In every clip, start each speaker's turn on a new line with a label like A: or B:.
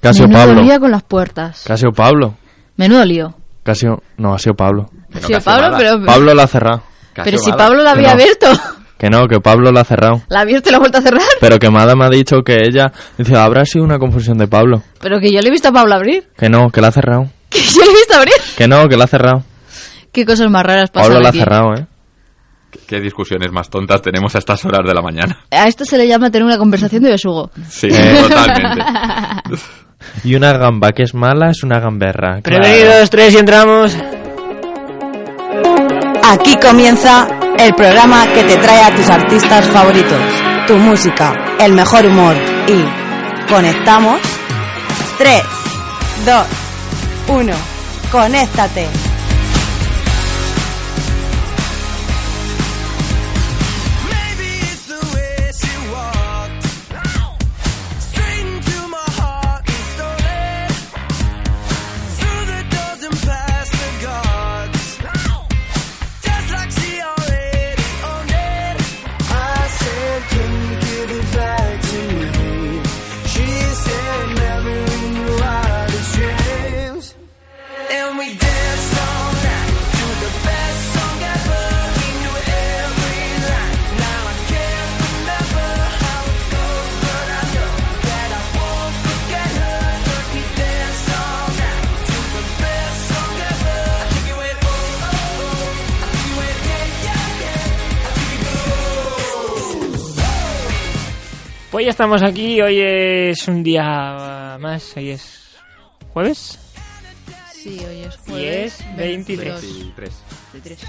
A: Casio
B: Menudo
A: Pablo.
B: lío con las puertas.
A: Casio Pablo.
B: Menudo lío.
A: Casio. No, ha sido Pablo.
B: Ha
C: no,
B: sido
C: Casio
B: Pablo,
C: Bala.
B: pero,
A: Pablo la ha cerrado.
B: pero
C: Casio
B: si
C: Bala.
B: Pablo la había
A: No.
B: abierto.
A: Que no, que Pablo la ha cerrado.
B: La ha abierto y la ha vuelto a cerrar.
A: Pero que Mada me ha dicho que ella. Dice, habrá sido una confusión de Pablo.
B: Pero que yo le he visto a Pablo abrir.
A: Que no, que la ha cerrado.
B: Que yo le he visto abrir.
A: Que no, que la ha cerrado.
B: Qué cosas más raras pasan
A: Pablo la ha
B: aquí.
A: cerrado, ¿eh?
C: ¿Qué discusiones más tontas tenemos a estas horas de la mañana?
B: A esto se le llama tener una conversación de besugo.
C: Sí,
A: Eh.
C: totalmente.
A: Y una gamba que es mala es una gamberra. claro.
D: Prevenidos, tres y entramos.
E: Aquí comienza el programa que te trae a tus artistas favoritos, tu música, el mejor humor y conectamos. 3, 2, 1, conéctate.
F: And we danced all night to the best song ever. We knew every line. Now I can't remember how it goes, but I know that I won't forget her. 'Cause we danced all night to the best song ever. I think it went oh oh oh. I think it went yeah yeah yeah. I think it goes.
D: Pues ya estamos aquí, hoy es un día más, hoy es jueves.
B: Sí, hoy es
D: jueves es 23.
C: 23.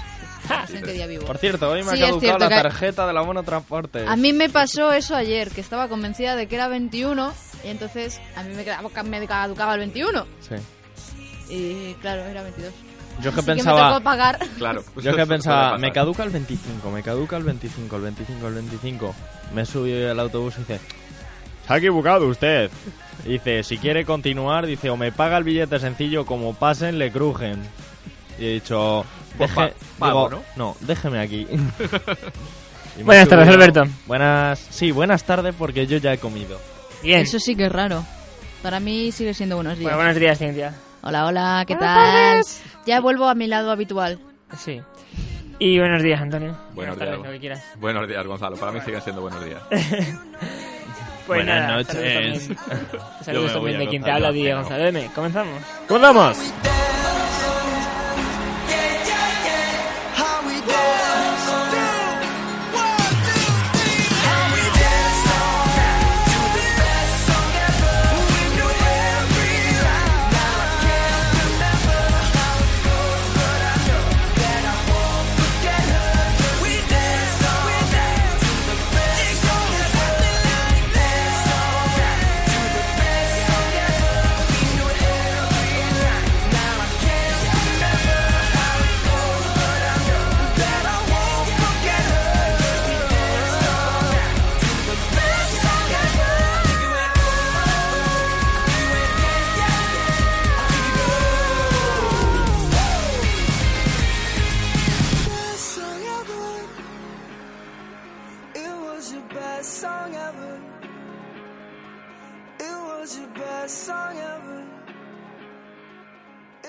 B: No sé en qué día vivo.
A: Por cierto, hoy me
B: Sí,
A: ha
B: es
A: caducado
B: cierto
A: la
B: que hay-
A: tarjeta de la monotransporte.
B: A mí me pasó eso ayer, que estaba convencida de que era 21 y entonces a mí me, quedaba- me caducaba el 21
A: Sí.
B: y claro, era 22.
A: Yo que
B: Así
A: pensaba...
B: que me tocó pagar.
C: Claro.
A: Yo que
C: Puede
A: pensaba,
C: pasar.
A: me caduca el 25, me caduca el 25, el 25, el 25. Me subí al autobús y dice, se ha equivocado usted. Dice, si quiere continuar, dice, o me paga el billete sencillo, como pasen, le crujen. Y he dicho,
C: Pues
A: "Deje-
C: pa- pago,
A: digo, ¿no? déjeme aquí. Y me he
D: Buenas tardes,
A: subido.
D: Alberto.
A: Buenas, sí, buenas tardes porque yo ya he comido.
D: Bien.
B: Eso sí que es raro. Para mí sigue siendo buenos días.
D: Bueno, buenos días, Cintia.
B: Hola, hola, ¿qué tal? Ya vuelvo a mi lado habitual.
D: Sí. Y buenos días, Antonio.
C: Buenos
D: tardes,
C: días.
D: lo que quieras.
C: Buenos días, Gonzalo. Para mí siguen siendo buenos días.
D: Pues
A: Buenas
D: nada,
A: noches.
D: saludos también-
A: Yo
D: Saludos
A: me voy
D: también
A: a
D: de quien te
A: Gonzalo,
D: habla, Diego
A: pero-
D: Gonzalo M. Comenzamos.
A: ¡Comenzamos!
F: How we dance. One, two, three. How we dance all night to the best song ever. We knew every line. Now I can't remember how it goes, but I know that I won't forget her. We danced all night to the best song ever. We danced all night to the best song ever. We knew every line. Now I can't remember how it goes, but I know that I won't forget her. 'Cause we danced all night to the best song ever. I think it went oh, I think it went yeah, yeah, yeah. I think it goes. Best song ever. It was your best song ever.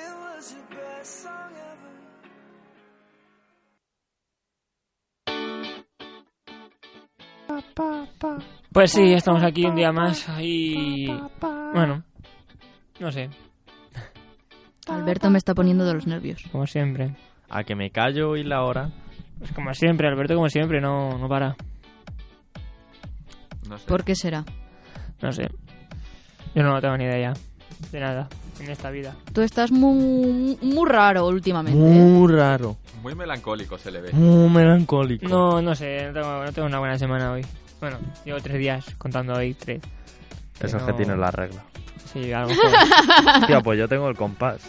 F: It was your best song ever. It was your best song ever.
D: Pues sí, ya estamos aquí un día más y... Bueno, no sé,
B: Alberto me está poniendo de los nervios.
D: como siempre.
A: A que me callo y la hora.
D: Pues como siempre, Alberto como siempre, no, no para.
C: No sé.
B: ¿Por qué será?
D: No sé. Yo no tengo ni idea ya. De nada. En esta vida.
B: Tú estás muy, muy raro últimamente. ¿eh?
A: Muy raro,
C: Muy melancólico se le ve.
B: Mm.
A: muy melancólico.
D: No, no sé. No tengo, no tengo una buena semana hoy. Bueno, llevo tres días contando hoy tres.
A: Eso es
D: no.
A: que tiene la regla.
D: Sí, algo. joder.
A: Tío, pues yo tengo el compás.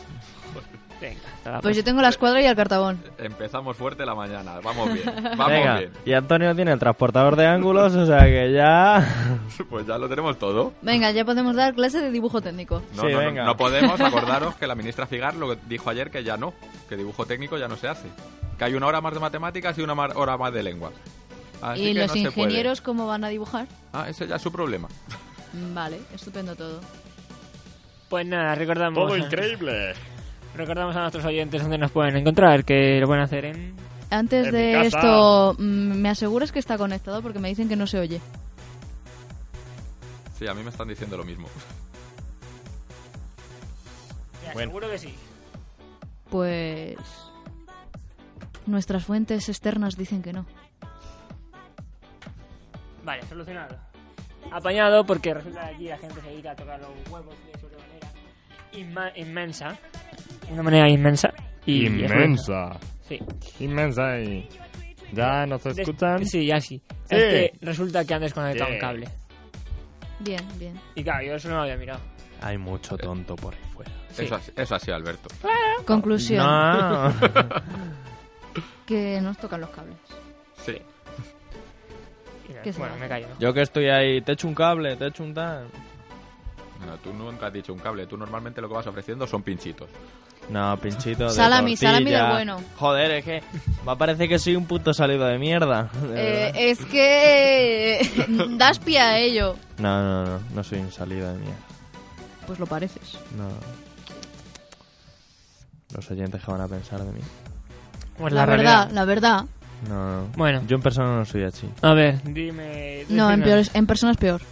D: Venga, hasta la
B: Pues yo tengo la escuadra y el cartabón.
C: Empezamos fuerte la mañana. Vamos bien. Vamos
A: Venga,
C: bien.
A: y Antonio tiene el transportador de ángulos, o sea que ya...
C: Pues ya lo tenemos todo.
B: Venga, ya podemos dar clase de dibujo técnico.
C: No,
A: Sí,
C: no, no,
A: venga.
C: no podemos acordaros que la ministra Figar lo dijo ayer que ya no, que dibujo técnico ya no se hace. Que hay una hora más de matemáticas y una mar- hora más de lengua. Así
B: ¿Y
C: que
B: los
C: no se puede.
B: ingenieros cómo van a dibujar?
C: Ah, ese ya es su problema.
B: Mm, Vale, estupendo todo.
D: Pues nada, recordamos.
A: Todo increíble.
D: Recordamos a nuestros oyentes dónde nos pueden encontrar, que lo pueden hacer en.
B: Antes
A: En mi
B: de
A: casa.
B: esto, mm, ¿me aseguras que está conectado? Porque me dicen que no se oye.
C: Sí, a mí me están diciendo lo mismo.
A: Bueno.
D: Seguro que sí.
B: Pues... Nuestras fuentes externas dicen que no.
D: Vale, solucionado. Apañado porque resulta que aquí la gente se dedica a tocar los huevos de sobremanera inma- inmensa. De una manera inmensa. Y
A: Inmensa.
D: Sí.
A: Inmensa y... ¿Ya nos
D: Des-
A: escuchan?
D: Sí, ya sí.
A: Sí.
D: Es que resulta que han desconectado
A: Sí.
D: un cable.
B: Bien, bien.
D: Y claro, yo eso no lo había mirado.
A: Hay mucho tonto por ahí fuera.
D: Sí.
C: Eso, así- eso así, Alberto.
B: Conclusión,
A: No.
B: que nos tocan los cables.
C: Sí.
D: Y nada,
B: ¿Qué se
D: bueno,
B: va?
D: me callo. ¿no?
A: Yo que estoy ahí, te echo un cable, te echo un tal.
C: Bueno, tú nunca has dicho un cable. Tú normalmente lo que vas ofreciendo son pinchitos.
A: No, pinchito. De
B: Salami,
A: tortilla.
B: salami de bueno.
A: Joder, es que me parece que soy un puto salido de mierda. de
B: Eh,
A: verdad.
B: es que das pie a ello.
A: No, no, no, no soy un salido de mierda.
B: Pues lo pareces.
A: No. Los oyentes que van a pensar de mí.
D: Pues
B: La, verdad,
D: realidad.
B: la verdad.
A: No, no.
D: Bueno.
A: Yo en persona no soy así.
D: A ver, dime.
B: No, en,
D: decime,
B: peor, en persona es peor.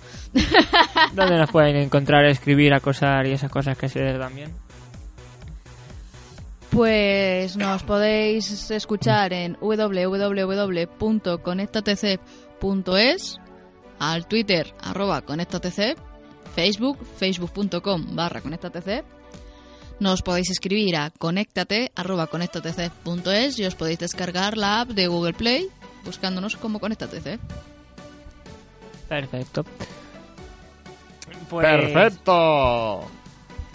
D: ¿Dónde nos pueden encontrar, escribir, acosar y esas cosas que se dan bien?
B: Pues nos podéis escuchar en www.conectatc.es, al Twitter, arroba conectatc, Facebook, facebook.com barra conectatc. Nos podéis escribir a conéctate, arroba conectatc.es y os podéis descargar la app de Google Play buscándonos como conectatc.
D: Perfecto. Pues-
A: ¡Perfecto!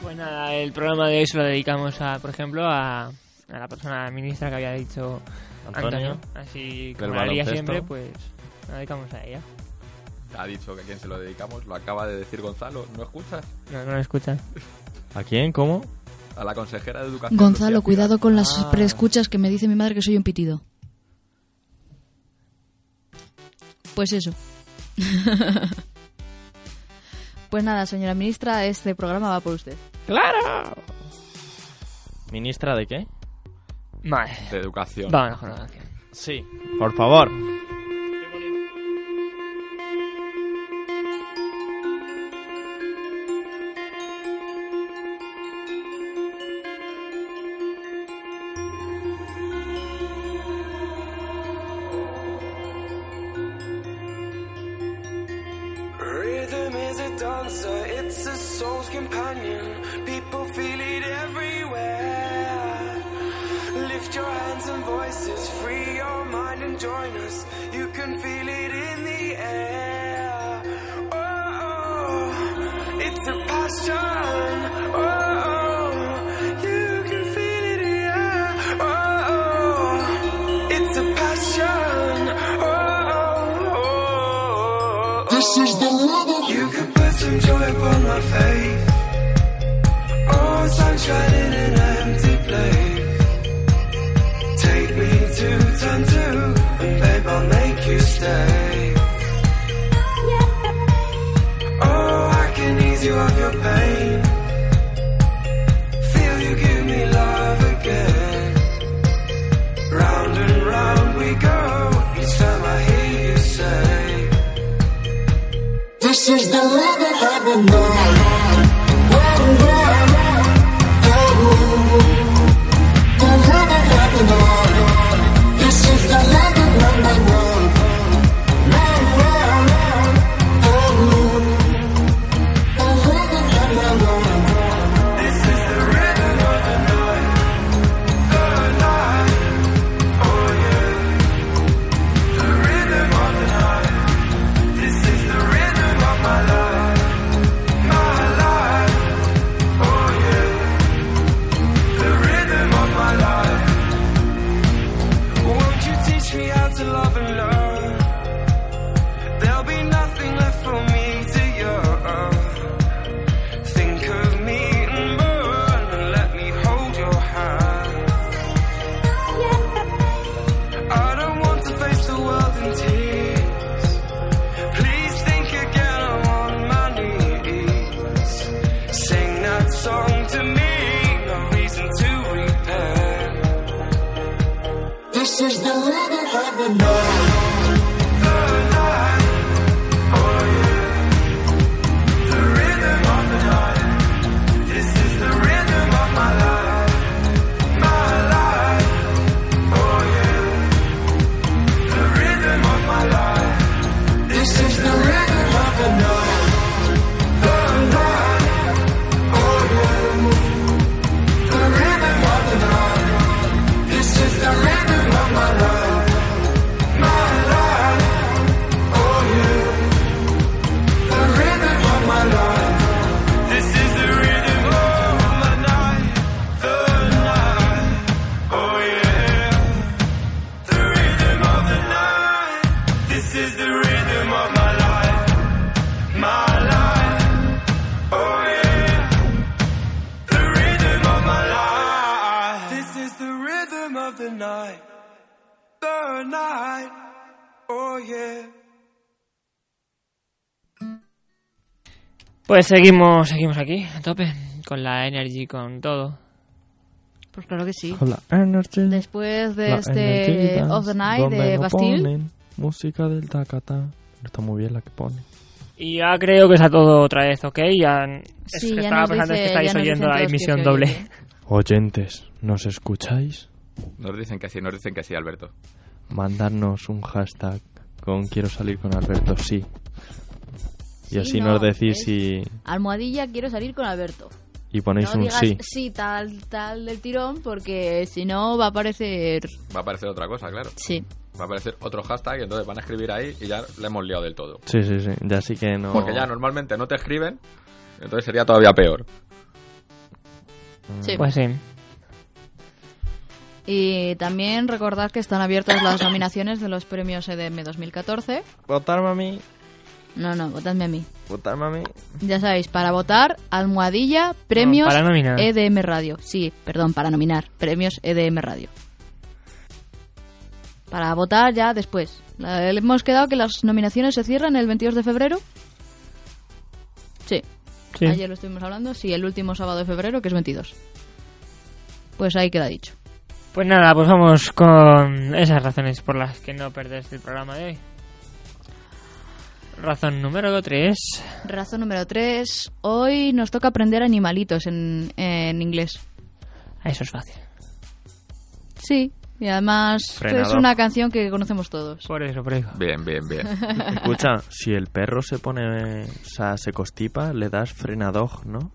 D: Pues nada, el programa de hoy se lo dedicamos a, por ejemplo, a, a la persona ministra que había dicho Antonio.
A: Antonio.
D: Así
A: Del
D: como la haría
A: baloncesto.
D: siempre, pues la dedicamos a ella.
C: Ha dicho que a quién se lo dedicamos. Lo acaba de decir Gonzalo. ¿No escuchas?
D: No, no la escucha.
A: ¿A quién? ¿Cómo?
C: A la consejera de educación.
B: Gonzalo,
C: Lucía
B: cuidado con las
A: Ah.
B: preescuchas que me dice mi madre que soy un pitido. Pues eso. pues nada, señora ministra, este programa va por usted.
A: ¿Ministra de qué?
D: Vale.
C: Ciudad De educación.
D: Vamos con la canción.
A: Sí. Por favor.
G: Rhythm is a dancer, it's a soul's companion. People feel it everywhere. Lift your hands and voices, free your mind and join us. You can feel it in the air. Oh, oh it's a passion. Oh, oh, you can feel it here. Oh, oh, it's a passion. Oh, oh, oh, oh.
F: This is the rhythm.
G: You can put some joy upon my face. Oh, sunshine in an empty place. Take me to turn two, and babe, I'll make you stay. Oh, I can ease you of your pain. Feel you give me love again. Round and round we go. Each time I hear you say.
F: This is the rhythm of the night. Oh, oh, oh, oh. The rhythm of the night. This is the rhythm of my world. La, la, la. Oh, the rhythm of my world.
G: This is the rhythm of the night, the night, oh yeah. The rhythm of the night. This is the rhythm of my life, my
H: the rhythm of my life, my life. Oh yeah, the rhythm of my life. This is the rhythm of the night, the night. Oh yeah.
D: Pues seguimos, seguimos aquí, a tope, con la energy, con todo.
B: Pues claro que sí.
A: Hola, Energy.
B: Después de
A: La
B: este
A: Energy
B: Of the
A: Dance,
B: Night
A: donde
B: de
A: no
B: Bastille,
A: ponen música del tacata. Está muy bien la que pone.
D: Y ya creo que está todo otra vez, ¿ok? Ya, es
B: Sí,
D: que
B: ya
D: estaba
B: nos
D: pensando
B: dice-
D: que estáis
B: ya nos
D: oyendo
B: dicen
D: la
B: todos que
D: emisión
B: se
D: doble.
B: oye.
A: Oyentes, ¿nos escucháis?
C: Nos dicen que sí, nos dicen que sí, Alberto.
A: Mandarnos un hashtag con quiero salir con Alberto, sí.
B: Sí,
A: Y así
B: no,
A: nos decís
B: es-
A: si...
B: Almohadilla, quiero salir con Alberto.
A: Y ponéis un
B: no digas
A: sí.
B: tal, tal del tirón, porque si no va a aparecer.
C: Va a aparecer otra cosa, claro.
B: Sí.
C: Va a aparecer otro hashtag y entonces van a escribir ahí y ya le hemos liado del todo.
A: Sí, sí, sí. Ya sí que no...
C: Porque ya normalmente no te escriben, entonces sería todavía peor.
B: sí.
D: Pues sí.
B: Y también recordad que están abiertas las nominaciones de los premios E EDM 2014.
A: Votarme a mí,
B: No, no, votadme a mí.
A: votarme a mí.
B: Ya sabéis, para votar, almohadilla, premios
D: para nominar.
B: EDM Radio. Sí, perdón, para nominar, premios EDM Radio. Para votar ya después. La- Hemos quedado que las nominaciones se cierran el 22 de febrero. Sí,
D: Sí.
B: ayer lo estuvimos hablando. Sí, el último sábado de febrero, que es 22. Pues ahí queda dicho.
D: Pues nada, pues vamos con esas razones por las que no perdés el programa de hoy. Razón número 3.
B: Razón número 3. Hoy nos toca aprender animalitos en, en inglés.
D: Ah, Eso es fácil.
B: Sí, y además es
A: Frenado.
B: una canción que conocemos todos.
D: Por eso, por eso.
C: Bien, bien, bien.
A: Escucha, si el perro se pone... O sea, se constipa, le das frenadog, ¿no?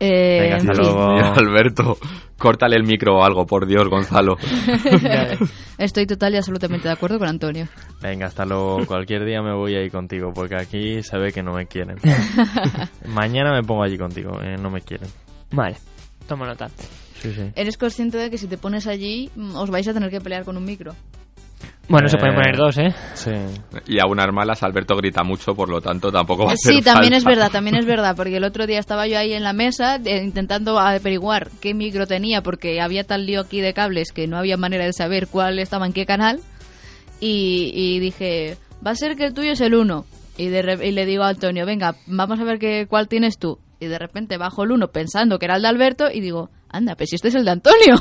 B: Eh,
A: Venga, hasta
B: sí.
A: luego.
C: Mira, Alberto, córtale el micro o algo, por Dios, Gonzalo.
B: Estoy total y absolutamente de acuerdo con Antonio.
A: Venga, hasta luego. Cualquier día me voy ahí contigo, porque aquí se ve que no me quieren. Mañana me pongo allí contigo, eh, no me quieren.
D: Vale, toma nota.
A: Sí, sí.
B: Eres consciente de que si te pones allí mm, os vais a tener que pelear con un micro.
D: Bueno, se
A: Eh,
D: pueden poner dos, ¿eh?
A: Sí.
C: Y a unas malas Alberto grita mucho, por lo tanto tampoco va a ser
B: Eh, Sí, también
C: falta.
B: es verdad, también es verdad, porque el otro día estaba yo ahí en la mesa de- intentando averiguar qué micro tenía, porque había tal lío aquí de cables que no había manera de saber cuál estaba en qué canal. Y, y dije, va a ser que el tuyo es el 1. Y, de re- y le digo a Antonio, venga, vamos a ver qué, cuál tienes tú. Y de repente bajo el 1 pensando que era el de Alberto y digo, anda, pues si este es el de Antonio.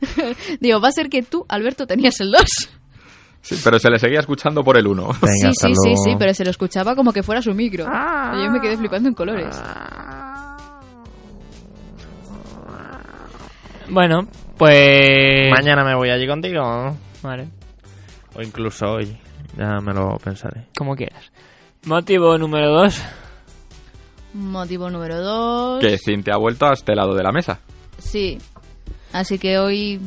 B: digo, va a ser que tú, Alberto, tenías el 2.
C: Sí, pero se le seguía escuchando por el uno.
A: Venga,
B: sí,
A: hasta
B: sí,
A: luego.
B: sí, sí, pero se lo escuchaba como que fuera su micro. Y yo me quedé flipando en colores.
D: Bueno, pues...
A: Eh, Mañana me voy allí contigo.
D: Vale,
A: O incluso hoy. Ya me lo pensaré.
D: como quieras. Motivo número 2.
B: Motivo número dos.
C: Que Cintia ha vuelto a este lado de la mesa.
B: Sí. Así que hoy...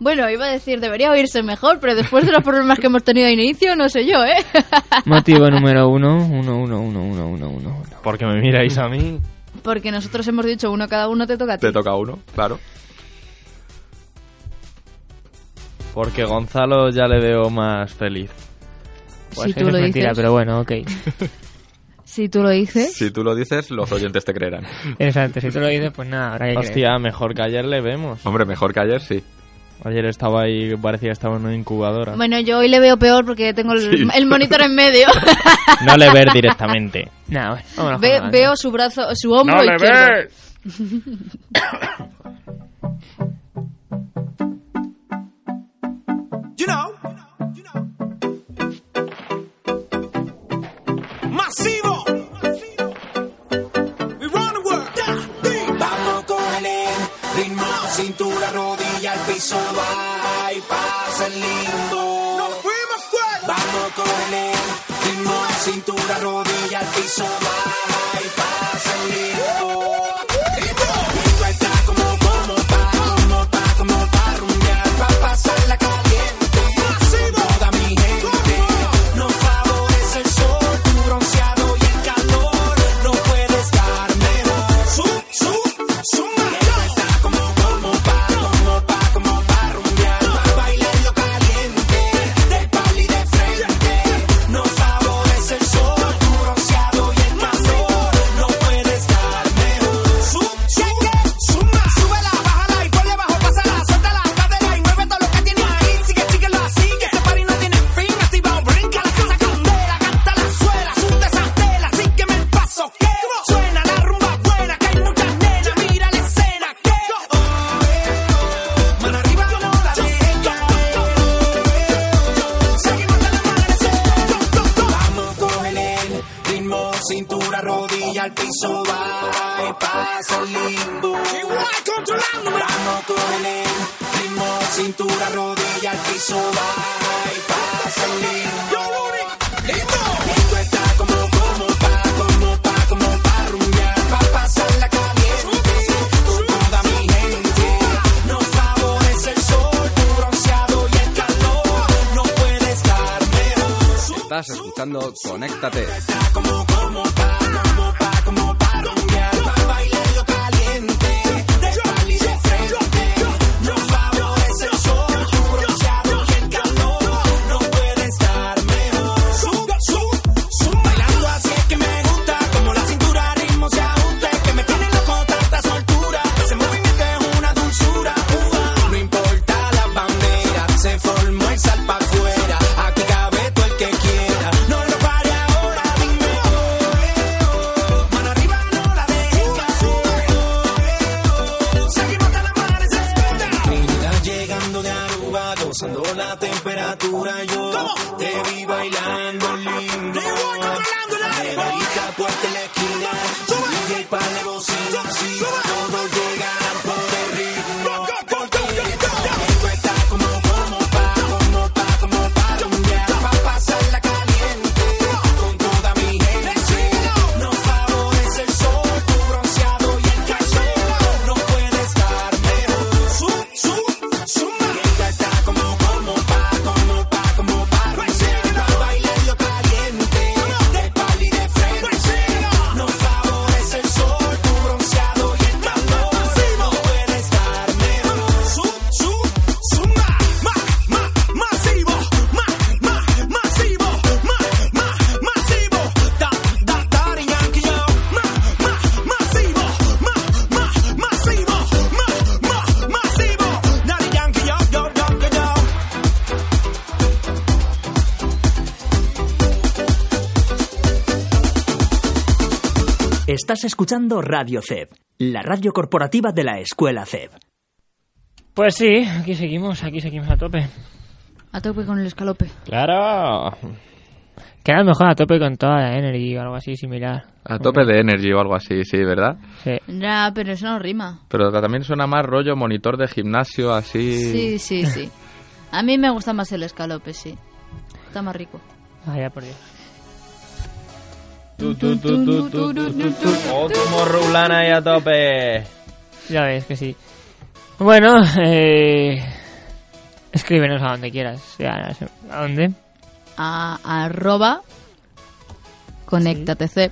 B: Bueno, iba a decir, debería oírse mejor, pero después de los problemas que hemos tenido al inicio, no sé yo, ¿eh?
D: Motivo número 1. 1, 1, 1, 1, 1, 1.
A: Porque me miráis a mí.
B: Porque nosotros hemos dicho uno cada uno, te toca a ti.
C: Te toca uno, claro.
A: Porque Gonzalo ya le veo más feliz.
B: si, tú lo
D: Pues es mentira,
B: dices,
D: pero bueno, ok.
B: si tú lo dices...
C: Si tú lo dices, los oyentes te creerán.
D: Interesante, si tú lo dices, pues nada, ahora que
A: Hostia, mejor que ayer le vemos.
C: Hombre, mejor que ayer, sí.
A: Ayer estaba ahí, parecía que estaba en una incubadora.
B: Bueno, yo hoy le veo peor porque tengo el, el monitor en medio.
A: No le ver directamente.
D: Nada, bueno, vámonos con
B: Ve-
D: la banda.
B: veo su brazo, su hombro izquierdo.
H: You know. Masivo. We run the world. Vamos con el ritmo, cintura, rodilla, al piso va y pasa el lindo. Nos fuimos fuera. Vamos con el ritmo, cintura, rodilla, al piso va y pasa el lindo. Ritmo está como como pa, como pa, como pa rumbear, pa pasarla caliente. Toda mi gente nos favorece el sol, tu bronceado y el calor. No puede estar mejor. Su, su, su está como como pa, como pa, como pa rumbear, pa bailarlo caliente. De pali de frente. este Oh, eh, al piso va y pasa el limbo. Igual controlándome. Plano todo el ritmo, cintura, rodilla al piso va y pasa el limbo. Esto está como, como pa, como pa, como pa rumbear, pa pasarla caliente con toda mi gente. Nos favorece el sol, tu bronceado y el calor. No puede estar mejor.
I: Estás escuchando Conéctate.
H: Como, como, pa, como, pa, como, pa, rumbear, pa, bailar yo caliente, de espalda y de frente. No favorece el sol, tu bronceado y el calor, no puede estar mejor. Sub, sub, sub, bailando así es que me gusta, como la cintura ritmo se ajusta, es que me tiene loco tanta soltura. Ese movimiento es una dulzura, uva. No importa la bandera, se formó el sal pa' afuera, aquí cabe todo el que quiera. No lo pare ahora, dime, oh, eh, oh. mano arriba no la dejes caer, oh, eh, oh. seguimos hasta el amanecer. Trinidad llegando de Aruba, gozando la temperatura, yo te vi bailando lindo. De varita puesta en la esquina, y el pan de bocina, si todos llegaran por el ritmo. Esto está como, como pa, como pa, como pa, rumbear, pa' pasarla caliente, con toda mi gente. Nos favorece el sol, tu bronceado y el calor, no puede estar mejor. Sub, sub, suma. Esta está como, como pa, como pa, como pa, rumbear, pa' bailarlo caliente, de espalda y de frente. Nos favorece el sol, tu bronceado y el calor, no puede estar mejor. Sub, sub, suma. Ma, ma, masivo, ma, ma, masivo, ma, ma, masivo. Da, da, daring aquí yo. Ma, ma, masivo, ma, ma, masivo, ma, ma, masivo. Daddy Yankee, yo, yo, yo, yo, yo.
J: Estás escuchando Radio CEB, la radio corporativa de la Escuela CEB.
D: Pues sí, aquí seguimos, aquí seguimos a tope.
B: A tope con el escalope.
A: Claro.
D: Que a lo mejor a tope con toda la energía o algo así similar.
C: A tope de Energy o algo así, sí, ¿verdad?
D: Sí.
B: Ya, pero eso no rima.
C: Pero también suena más rollo monitor de gimnasio, así.
B: Sí, sí, sí. A mí me gusta más el escalope, sí. Está más rico.
D: Vaya por Dios.
A: Tu, tu, tu, tu, tu, tu, tu, tu. Oh, como Rulana ahí a tope.
D: Ya ves que sí. Bueno, eh, escríbenos a donde quieras. Ya, no sé, ¿A dónde?
B: A arroba conéctate C.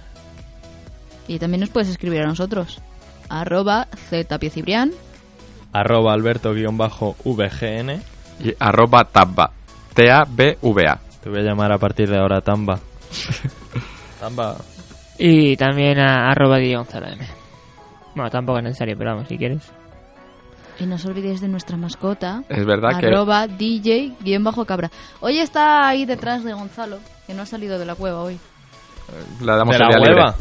B: Y también nos puedes escribir a nosotros. Arroba ZPiecibrián.
A: Arroba alberto-vgn.
C: Y arroba tabba. T-A-B-V-A.
A: Te voy a llamar a partir de ahora Tamba. Tamba.
D: Y también a arroba Di Gonzalo M. Bueno, tampoco es necesario, pero vamos, si quieres.
B: Y no os olvidéis de nuestra mascota.
C: Es verdad que.
B: Arroba DJ-cabra. Hoy está ahí detrás de Gonzalo, que no ha salido de la cueva hoy.
C: La damos
A: ¿De la
C: el día libre.
A: hueva?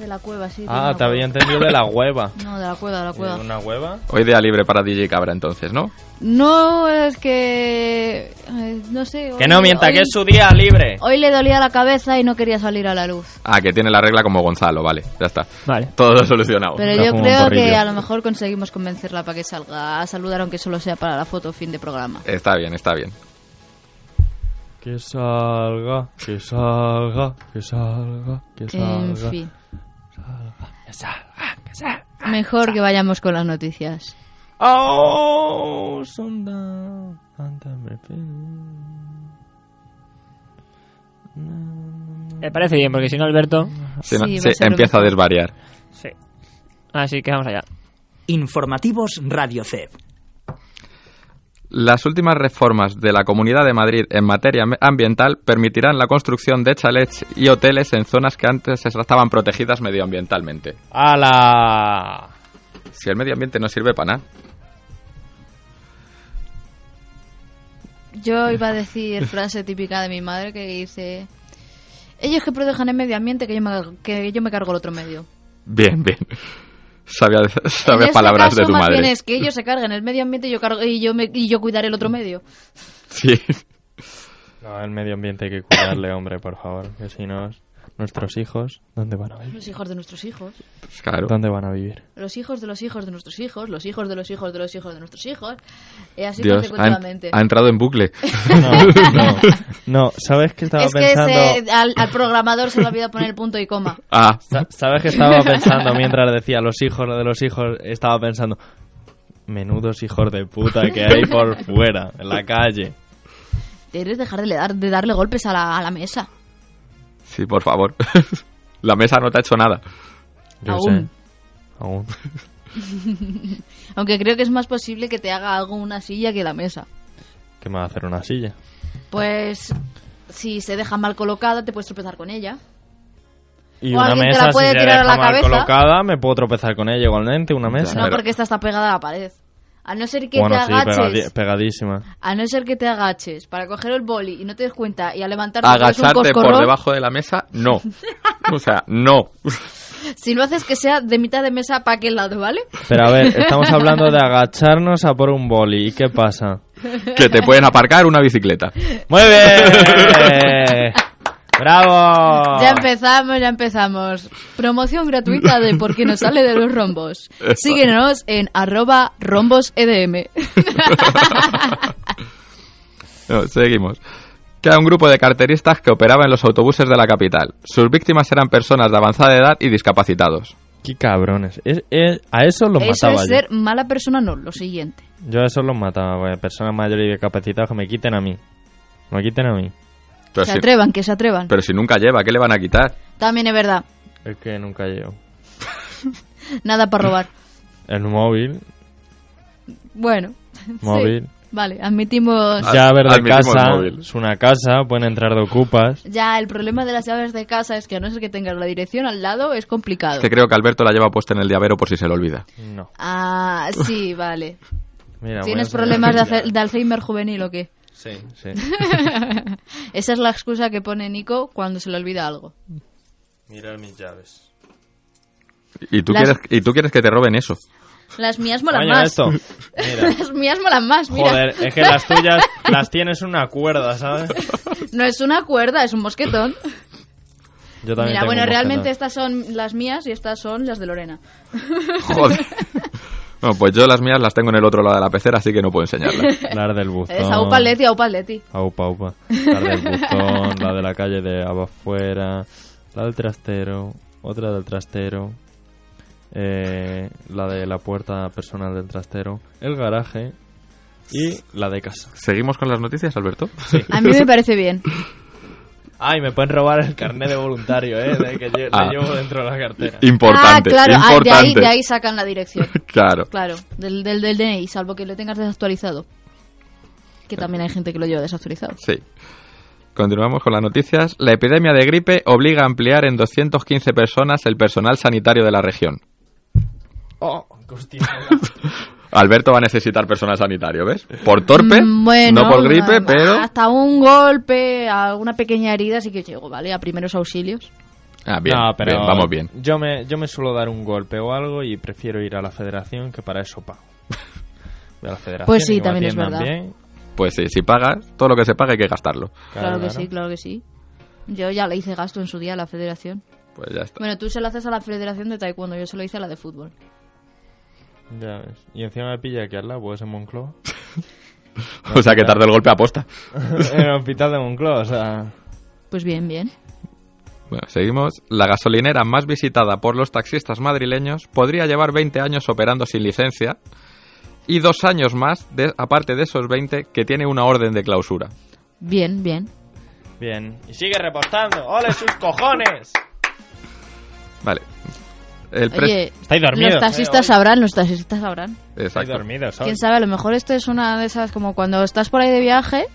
B: De la cueva, sí.
A: Ah, Eh,
B: de
A: te
B: la
A: había entendido de la hueva.
B: cueva. No, de la cueva, de la cueva.
A: ¿De una hueva?
C: Hoy día libre para DJ Cabra, entonces, ¿no?
B: No, es que... eh, No sé.
A: Que
B: hoy-
A: no mienta,
B: hoy-
A: que es su día libre.
B: Hoy le dolía la cabeza y no quería salir a la luz.
C: Ah, que tiene la regla como Gonzalo, vale, ya está.
D: Vale.
C: Todo solucionado.
B: Pero
A: Está
B: yo
A: como un
B: creo que
A: porrillo.
B: a lo mejor conseguimos convencerla para que salga a saludar, aunque solo sea para la foto fin de programa.
C: Está bien, está bien.
A: Que salga, que salga, que salga, que
B: En
A: salga.
B: fin. Mejor que vayamos con las noticias.
A: Oh, sonda. Anta me fin.
D: Me parece bien, porque si no, Alberto...
C: Si no-
B: Sí, va a
C: sí,
B: ser
C: empieza a desvariar.
D: Sí. Así que vamos allá.
J: Informativos Radio CEB.
C: Las últimas reformas de la Comunidad de Madrid en materia am- ambiental permitirán la construcción de chalets y hoteles en zonas que antes estaban protegidas medioambientalmente.
A: ¡Hala!
C: Si el medio ambiente no sirve para nada.
B: Yo iba a decir frase típica de mi madre que dice... Ellos que protejan el medio ambiente, que yo me, que yo me cargo el otro medio.
C: Bien, bien. Sabía,
B: En
C: sabes
B: este
C: palabras
B: caso,
C: de tu
B: más
C: madre.
B: bien es que ellos se cargan el medio ambiente y yo, cargo, y yo, me- y yo cuidaré el otro medio.
C: Sí. pues
A: No, el medio ambiente hay que cuidarle, hombre, por favor. Que si no, nuestros hijos, ¿dónde van a vivir?
B: Los hijos de nuestros hijos.
C: Pues claro.
A: ¿Dónde van a vivir?
B: Los hijos de los hijos de nuestros hijos. Los hijos de los hijos de los hijos de nuestros hijos. Y así
C: Dios, ha,
B: consecutivamente.
C: en- ha entrado en bucle.
A: No, no, no, ¿sabes que estaba
B: es que
A: pensando?
B: se- al, al programador se le olvidó poner punto y coma.
C: Ah,
A: Sa- ¿Sabes que estaba pensando mientras decía los hijos de los hijos? Estaba pensando, menudos hijos de puta que hay por fuera, en la calle.
B: Debes dejar de, le dar, de darle golpes a la, a la mesa.
C: sí, por favor. La mesa no te ha hecho nada.
A: Yo
B: Aún.
A: sé, aún.
B: Aunque creo que es más posible que te haga algo una silla que la mesa.
A: ¿Qué me va a hacer una silla?
B: Pues si se deja mal colocada, te puedes tropezar con ella.
A: Y
B: O
A: una
B: alguien te la
A: mesa, si
B: puede
A: se
B: tirar a la
A: deja mal
B: cabeza.
A: colocada, me puedo tropezar con ella igualmente, una mesa.
B: No,
C: Claro.
B: porque esta está pegada a la pared. A no ser que
A: bueno,
B: te
A: sí,
B: agaches.
A: pegadi- pegadísima.
B: A no ser que te agaches para coger el boli y no te des cuenta y a levantarte es pues, un
C: Agacharte por
B: coscorrón,
C: debajo de la mesa, no. O sea, no.
B: si lo haces que sea de mitad de mesa para aquel lado, ¿vale?
A: Pero a ver, estamos hablando de agacharnos a por un boli. ¿Y qué pasa?
C: Que te pueden aparcar una bicicleta.
A: ¡Muy bien! ¡Bravo!
B: Ya empezamos, ya empezamos. Promoción gratuita de Porque nos sale de los rombos. Síguenos en arroba E rombosedm.
C: No, seguimos. Que era un grupo de carteristas que operaba en los autobuses de la capital. Sus víctimas eran personas de avanzada edad y discapacitados.
A: ¡Qué cabrones! Es- es- a eso los
B: Eso
A: mataba
B: es
A: yo.
B: ser mala persona, no, lo siguiente.
A: Yo a esos los mataba, güey. Personas mayores y discapacitadas que me quiten a mí. Me quiten a mí.
C: Pero
B: se
C: si,
B: atrevan, que se atrevan.
C: pero si nunca lleva, ¿qué le van a quitar?
B: También es verdad,
A: Es que nunca llevo.
B: nada para robar.
A: El móvil,
B: Bueno,
A: móvil.
B: vale, admitimos...
C: Ah.
A: Llave de
C: admitimos
A: casa,
C: móvil.
A: es una casa, pueden entrar de ocupas.
B: Ya, el problema de las llaves de casa es que a no ser que tengas la dirección al lado, es complicado.
C: Es que creo que Alberto la lleva puesta en el llavero por si se le olvida.
A: No.
B: Ah, sí, vale.
A: Mira, voy a
B: ¿Tienes
A: enseñar-
B: problemas de, hacer- de Alzheimer juvenil o qué?
A: Sí, sí.
B: Esa es la excusa que pone Nico cuando se le olvida algo.
A: Mirar mis llaves.
C: Y tú,
B: Las-
C: quieres, y tú quieres que te roben eso.
B: Las mías molan
A: Coño,
B: más.
A: esto. Mira.
B: Las mías molan más, mira.
A: Joder, es que las tuyas las tienes una cuerda, ¿sabes?
B: No es una cuerda, es un mosquetón.
A: Yo
B: Mira,
A: tengo
B: bueno,
A: un
B: realmente
A: bocetón.
B: estas son las mías y estas son las de Lorena.
C: Joder. Bueno, pues yo las mías las tengo en el otro lado de la pecera, así que no puedo enseñarlas.
A: Las del buzón.
B: Eh, Es
C: Ah.
B: aupa Leti, aupa Leti.
A: Aupa, aupa. La del buzón, la de la calle de afuera, la del trastero, otra del trastero, eh, la de la puerta personal del trastero, el garaje y la de casa.
C: ¿Seguimos con las noticias, Alberto?
B: A mí me parece bien.
A: Ay, me pueden robar el carnet de voluntario, ¿eh? De que lle-
C: Ah.
A: le llevo dentro de la cartera.
C: Importante,
B: ah, claro, ah, de, ahí,
C: importante.
B: de ahí sacan la dirección.
C: Claro.
B: Claro, del, del, del DNI, salvo que lo tengas desactualizado. Que también hay gente que lo lleva desactualizado.
C: Sí. Continuamos con las noticias. La epidemia de gripe obliga a ampliar en 215 personas el personal sanitario de la región.
A: Oh,
C: Alberto va a necesitar personal sanitario, ¿ves? Por torpe,
B: Mm, bueno,
C: no por gripe,
B: ah,
C: pero...
B: Hasta un golpe, alguna pequeña herida, sí que llego, ¿vale? A primeros auxilios.
C: Ah, bien,
A: No, pero
C: bien, vamos bien.
A: Yo me, yo me suelo dar un golpe o algo y prefiero ir a la federación que para eso pago. Voy a la federación.
B: Pues sí,
A: y me
B: también es
A: atiendan
B: verdad.
A: bien.
C: Pues sí, si pagas, todo lo que se paga hay que gastarlo.
B: Claro, que sí, claro que sí. Yo ya le hice gasto en su día a la federación.
C: Pues ya está.
B: Bueno, tú se lo haces a la federación de taekwondo, yo se lo hice a la de fútbol.
A: Ya ves. Y encima me pilla aquí al lado, pues en Moncloa.
C: o sea que tarda el golpe aposta.
A: en el hospital de Moncloa, o sea.
B: Pues bien, bien.
C: Bueno, seguimos. La gasolinera más visitada por los taxistas madrileños podría llevar 20 años operando sin licencia y dos años más, de- aparte de esos 20, que tiene una orden de clausura.
B: Bien, bien.
A: Bien. Y sigue reportando. ¡Ole sus cojones!
C: Vale. El pres-
B: Oye,
A: Estáis dormidos.
B: los taxistas
A: eh, hoy.
B: sabrán, los taxistas sabrán.
A: Estáis
C: Exacto.
A: dormidos hoy.
B: Quién sabe, a lo mejor esto es una de esas como cuando estás por ahí de viaje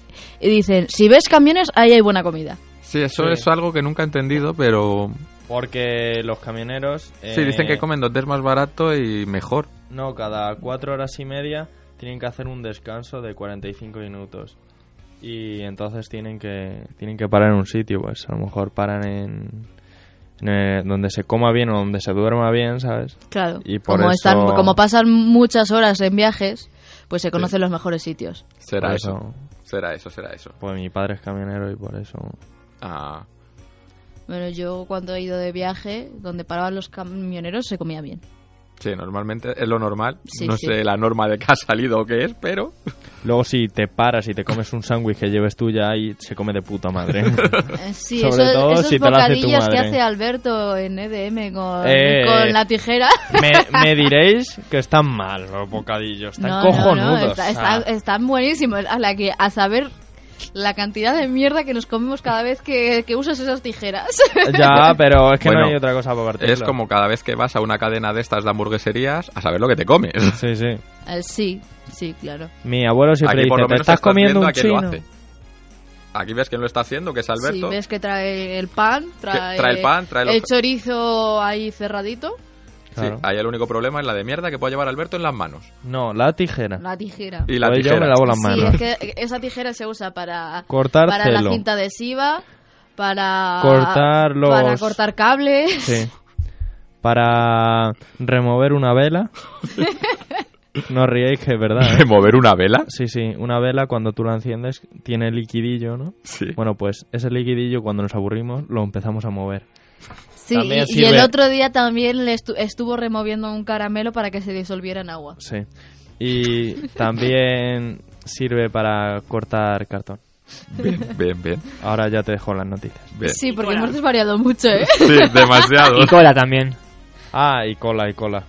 B: y dicen, si ves camiones, ahí hay buena comida.
C: Sí, eso
A: Sí.
C: es algo que nunca he entendido, pero...
A: Porque los camioneros.
C: Sí,
A: eh,
C: dicen que comen dos veces más barato y mejor.
A: No, cada cuatro horas y media tienen que hacer un descanso de 45 minutos. Y entonces tienen que, tienen que parar en un sitio, pues a lo mejor paran en, en, eh, donde se coma bien o donde se duerma bien, ¿sabes?
B: Claro.
A: Y por
B: como,
A: eso-
B: están, como pasan muchas horas en viajes, pues se conocen los mejores sitios.
C: Será
A: Por
C: eso. Será eso, será eso.
A: Pues mi padre es camionero y por eso...
C: Ah.
B: Bueno, yo cuando he ido de viaje, donde paraban los camioneros se comía bien.
C: Sí, normalmente es lo normal.
B: Sí,
C: no
B: sí.
C: sé la norma de que ha salido o qué es, pero
A: Luego si te paras y te comes un sándwich que lleves tú ya ahí se come de puta madre.
B: Eh, Sí,
A: Sobre
B: eso-
A: todo
B: esos
A: si te lo hace tu
B: bocadillos que
A: madre.
B: hace Alberto en EDM con,
A: Eh,
B: con la tijera.
A: me, me diréis que están mal los bocadillos, están
B: No, no, no,
A: cojonudos.
B: está-
A: o sea,
B: está- están buenísimos. A, la que, a saber la cantidad de mierda que nos comemos cada vez que, que usas esas tijeras.
A: Ya, pero es que
C: Bueno,
A: no hay otra cosa para partirlo.
C: es como cada vez que vas a una cadena de estas de hamburgueserías a saber lo que te comes.
A: Sí, sí.
B: Eh, sí, sí, claro.
A: Mi abuelo siempre
C: Aquí por
A: dice,
C: lo
A: te
C: menos
A: estás
C: viendo
A: comiendo un
C: a quién lo
A: chino.
C: hace. Aquí ves quién lo está haciendo, que es
B: Si
C: Alberto.
B: ves que trae el pan, trae,
C: trae el pan, trae los-
B: el chorizo ahí cerradito,
C: Sí, Ah.
A: Claro.
C: ahí el único problema es la de mierda que puede llevar Alberto en las manos.
A: No, la tijera.
B: la tijera.
C: Y la
A: Pues
C: tijera.
A: Yo me lavo las
B: Sí,
A: manos.
B: es que esa tijera se usa para,
A: Cortar
B: para la
A: celo.
B: cinta adhesiva, para
A: Cortar los-
B: para cortar cables.
A: Sí. Para remover una vela. no ríais que es verdad. ¿eh?
C: ¿Mover una vela?
A: Sí, sí, una vela cuando tú la enciendes tiene liquidillo, ¿no?
C: Sí.
A: Bueno, pues ese liquidillo cuando nos aburrimos lo empezamos a mover.
B: Sí,
A: También
B: y, y el
A: sirve.
B: otro día también le estu- estuvo removiendo un caramelo para que se disolviera en agua.
A: Sí. Y también sirve para cortar cartón.
C: Bien, bien, bien.
A: Ahora ya te dejo las noticias.
C: bien.
B: Sí, porque
D: Hola.
B: hemos desvariado mucho, ¿eh?
C: Sí, demasiado.
D: Y cola también.
A: Ah, y cola, y cola.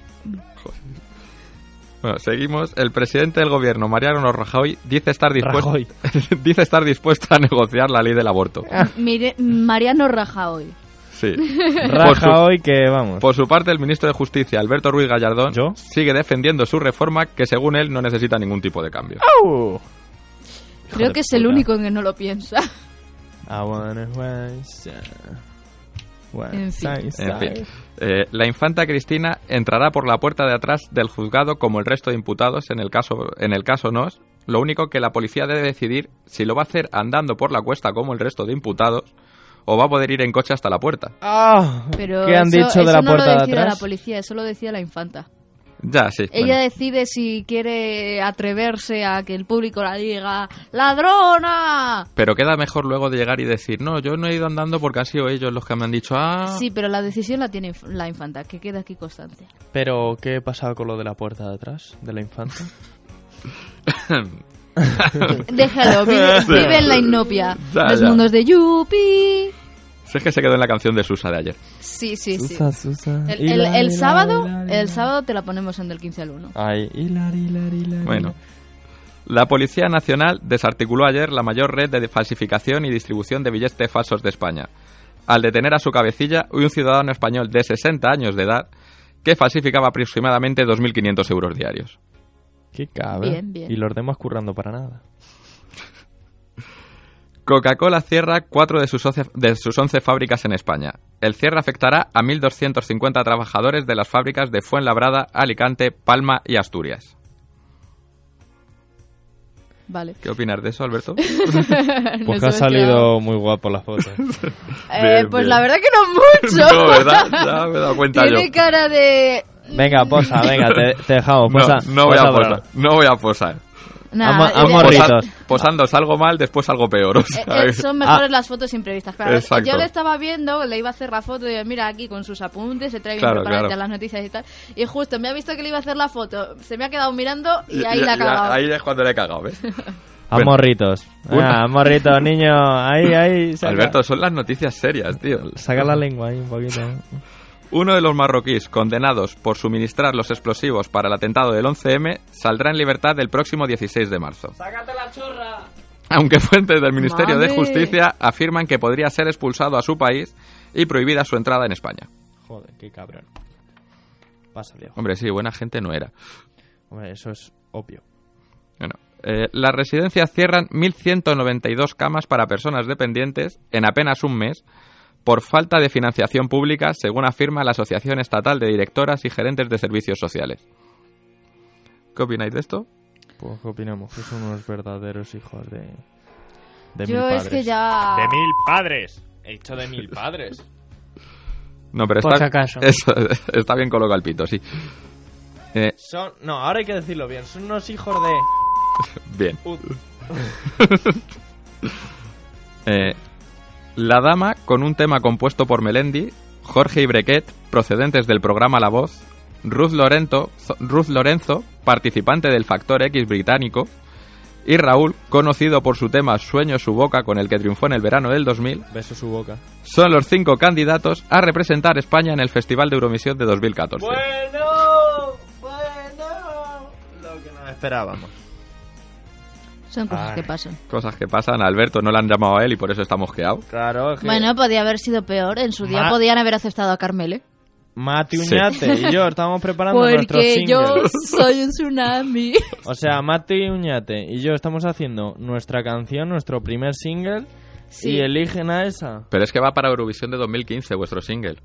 C: Bueno, seguimos. El presidente del gobierno, Mariano Rajoy, dice estar dispuesto,
A: Rajoy.
C: dice estar dispuesto a negociar la ley del aborto.
A: Ah.
B: Mire, Mariano Rajoy.
C: Sí. Por su-
A: Raja hoy que vamos.
C: Por su parte, el ministro de Justicia, Alberto Ruiz Gallardón,
A: ¿Yo?
C: sigue defendiendo su reforma que, según él, no necesita ningún tipo de cambio.
A: Uh. Hijo
B: Creo
A: de
B: que es el
A: puta.
B: único en que no lo piensa.
A: I wanna rise up. One
B: En fin.
A: size
C: En fin,
A: up.
C: eh, la infanta Cristina entrará por la puerta de atrás del juzgado como el resto de imputados en el caso en el caso Nos. Lo único que la policía debe decidir si lo va a hacer andando por la cuesta como el resto de imputados o va a poder ir en coche hasta la puerta.
A: Ah,
B: Pero
A: ¿Qué han
B: eso-
A: dicho de
B: eso
A: la
B: no
A: puerta
B: lo
A: de
B: decía
A: atrás?
B: la policía, eso lo decía la infanta.
C: Ya, sí.
B: Ella
C: bueno.
B: decide si quiere atreverse a que el público la diga ¡Ladrona!
C: Pero queda mejor luego de llegar y decir, no, yo no he ido andando porque han sido ellos los que me han dicho, ah,
B: Sí, pero la decisión la tiene inf- la infanta, que queda aquí constante.
A: Pero, ¿qué pasaba con lo de la puerta de atrás? ¿De la infanta?
B: Déjalo, vive,
C: Sí.
B: vive en la inopia.
C: Ya,
B: Los
C: ya.
B: mundos de Yupi.
C: Si es que se quedó en la canción de Susa de ayer.
B: Sí, sí, sí.
A: Susa, Susa.
B: El, el-
A: Hilari,
B: el
A: hilari,
B: sábado,
A: hilari,
B: el sábado te la ponemos en del 15 al 1.
A: Ay, hilari, hilari, hilari.
C: Bueno. La Policía Nacional desarticuló ayer la mayor red de falsificación y distribución de billetes falsos de España. Al detener a su cabecilla un ciudadano español de 60 años de edad que falsificaba aproximadamente 2.500 euros diarios.
A: Qué cabrón.
B: Bien, bien.
A: Y los demás currando para nada.
C: Coca-Cola cierra cuatro de sus, oce- de sus 11 fábricas en España. El cierre afectará a 1.250 trabajadores de las fábricas de Fuenlabrada, Alicante, Palma y Asturias.
B: Vale.
C: ¿Qué opinas de eso, Alberto?
B: Nos
A: Pues que ha
B: hemos
A: salido
B: quedado-
A: muy guapo la foto.
B: Eh,
C: Bien,
B: pues
C: bien.
B: la verdad que no mucho.
C: No, ¿verdad? Ya me he dado cuenta
B: Tiene
C: yo.
B: cara de.
A: venga, posa, venga, te, te dejamos. Posa,
C: no, no voy a
A: posa para-
C: posar. No voy a posar.
B: Nah,
A: Ama-
B: eh,
A: ama
B: eh,
A: Morritos.
C: Posa- posando salgo mal, después algo peor. o
B: eh,
C: sea,
B: eh, son mejores
A: Ah.
B: las fotos imprevistas. Claro,
C: Exacto.
B: yo le estaba viendo, le iba a hacer la foto, digo, mira aquí con sus apuntes, se trae bien
C: Claro,
B: preparada
C: claro.
B: las noticias y tal. Y justo me ha visto que le iba a hacer la foto, se me ha quedado mirando y ahí
C: ya-
B: la ha
C: ya-
B: cagado.
C: ahí es cuando le he cagado, ¿ves?
A: A
C: Bueno.
A: morritos.
C: Una.
A: Ah, morritos, niño. Ahí, ahí. saca-
C: Alberto, son las noticias serias, tío.
A: Saca la lengua ahí un poquito.
C: Uno de los marroquíes condenados por suministrar los explosivos para el atentado del 11M saldrá en libertad el próximo 16 de marzo.
D: ¡Sácate la chorra!
C: Aunque fuentes del Ministerio de
B: Mami.
C: Justicia afirman que podría ser expulsado a su país y prohibida su entrada en España.
A: Joder, qué cabrón. Pasa, viejo.
C: Hombre, sí, buena gente no era.
A: Hombre, eso es obvio.
C: Bueno, eh, las residencias cierran 1.192 camas para personas dependientes en apenas un mes por falta de financiación pública, según afirma la Asociación Estatal de Directoras y Gerentes de Servicios Sociales. ¿Qué opináis de esto?
A: Pues ¿qué opinamos que son unos verdaderos hijos de. de mil
B: yo es
A: padres.
B: que ya.
A: mil padres. He dicho de mil padres.
C: No, pero
D: Por
C: está,
D: si acaso.
C: eso, está bien colocado el pito, sí. Eh,
A: Son. No, ahora hay que decirlo bien. Son unos hijos de.
C: bien.
A: put-
C: Eh, la dama con un tema compuesto por Melendi, Jorge y Brequet, procedentes del programa La Voz, Ruth Lorenzo, Ruth Lorenzo, participante del Factor X británico, y Raúl, conocido por su tema Sueño su boca con el que triunfó en el verano del 2000,
A: Beso su boca.
C: son los cinco candidatos a representar España en el Festival de Eurovisión de 2014.
A: Bueno, bueno, lo que nos esperábamos.
B: Son cosas
A: Ay.
B: que pasan.
C: Cosas que pasan, a Alberto no le han llamado a él y por eso está mosqueado.
A: Claro, es que
B: Bueno, podía haber sido peor. En su día
A: Ma-
B: podían haber aceptado a Carmele.
A: Mati
C: Sí.
A: Uñate y yo estábamos preparando nuestro
B: Porque
A: single.
B: yo soy un tsunami.
A: O sea, Mati Uñate y yo estamos haciendo nuestra canción, nuestro primer single,
B: Sí.
A: y eligen a esa.
C: Pero es que va para Eurovisión de 2015 vuestro single.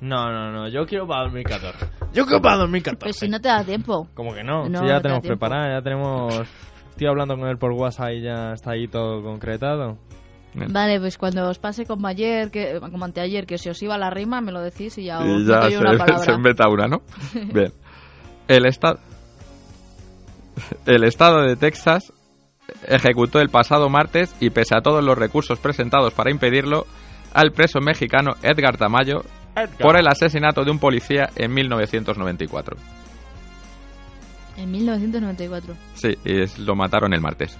A: No, no, no, yo quiero para 2014. Yo quiero para 2014.
B: Pero Pues si no te da tiempo.
A: Como que no,
B: No,
A: si ya
B: no te da
A: tenemos
B: tiempo.
A: preparada, ya tenemos... Estoy hablando con él por WhatsApp y ya está ahí todo concretado.
B: Vale, pues cuando os pase como ayer, que, eh, como anteayer, que se os iba la rima, me lo decís y ya os
C: y ya
B: meto yo una
C: se, se
B: palabra.
C: inventa una, ¿no? Bien. El, esta- el estado de Texas ejecutó el pasado martes y pese a todos los recursos presentados para impedirlo al preso mexicano Edgar Tamayo por el asesinato de un policía en 1994.
B: En 1994.
C: Sí, y es- lo mataron el martes.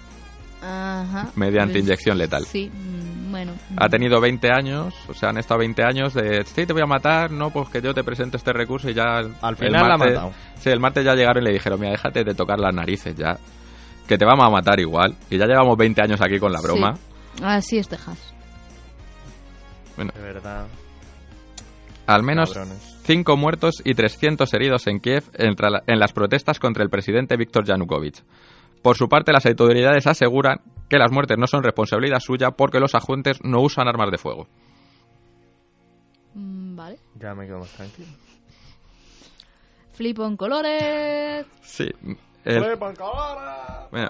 B: Ajá. pues
C: Mediante inyección letal.
B: Sí, mm, bueno.
C: Ha tenido 20 años, o sea, han estado 20 años de, sí, te voy a matar, no, pues que yo te presento este recurso y ya...
A: Al
C: el
A: final la ha
C: martes-
A: matado.
C: Sí, el martes ya llegaron y le dijeron, mira, déjate de tocar las narices ya, que te vamos a matar igual. Y ya llevamos 20 años aquí con la broma.
B: Sí. Así es Texas.
C: Bueno,
A: De verdad.
C: al menos
A: Cabrones.
C: 5 muertos y 300 heridos en Kiev entre la- en las protestas contra el presidente Víctor Yanukovych. Por su parte, las autoridades aseguran que las muertes no son responsabilidad suya porque los agentes no usan armas de fuego.
B: Mm, Vale.
A: Ya me quedo más tranquilo.
B: Flipo en colores.
C: Sí.
A: Eh.
C: el- Bueno.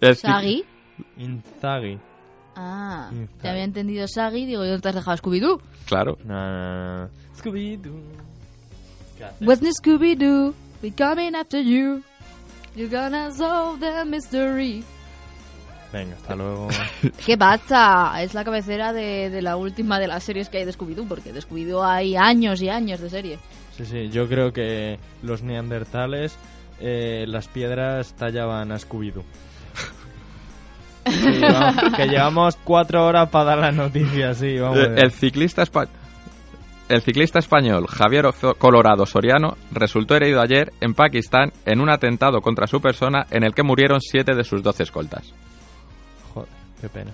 C: El ci-
B: Sagi.
A: Inzaghi.
B: Ah,
A: Sí,
B: ya
A: claro.
B: había entendido Sagi. Digo, yo te has dejado Scooby-Doo.
C: Claro.
A: No, no, no, no. Scooby-Doo.
B: What's new Scooby-Doo? We coming after you. You're gonna solve the mystery.
A: Venga, hasta luego.
B: ¿Qué pasa? Es la cabecera de, de la última de las series que hay de Scooby-Doo, porque de Scooby-Doo hay años y años de serie.
A: Sí, sí, yo creo que los neandertales, eh, las piedras tallaban a Scooby-Doo. Sí, vamos, que llevamos cuatro horas para dar las noticias, sí, vamos.
C: Eh, El ciclista espa- El ciclista español Javier Ozo- Colorado Soriano resultó herido ayer en Pakistán en un atentado contra su persona en el que murieron siete de sus doce escoltas.
A: Joder, qué pena.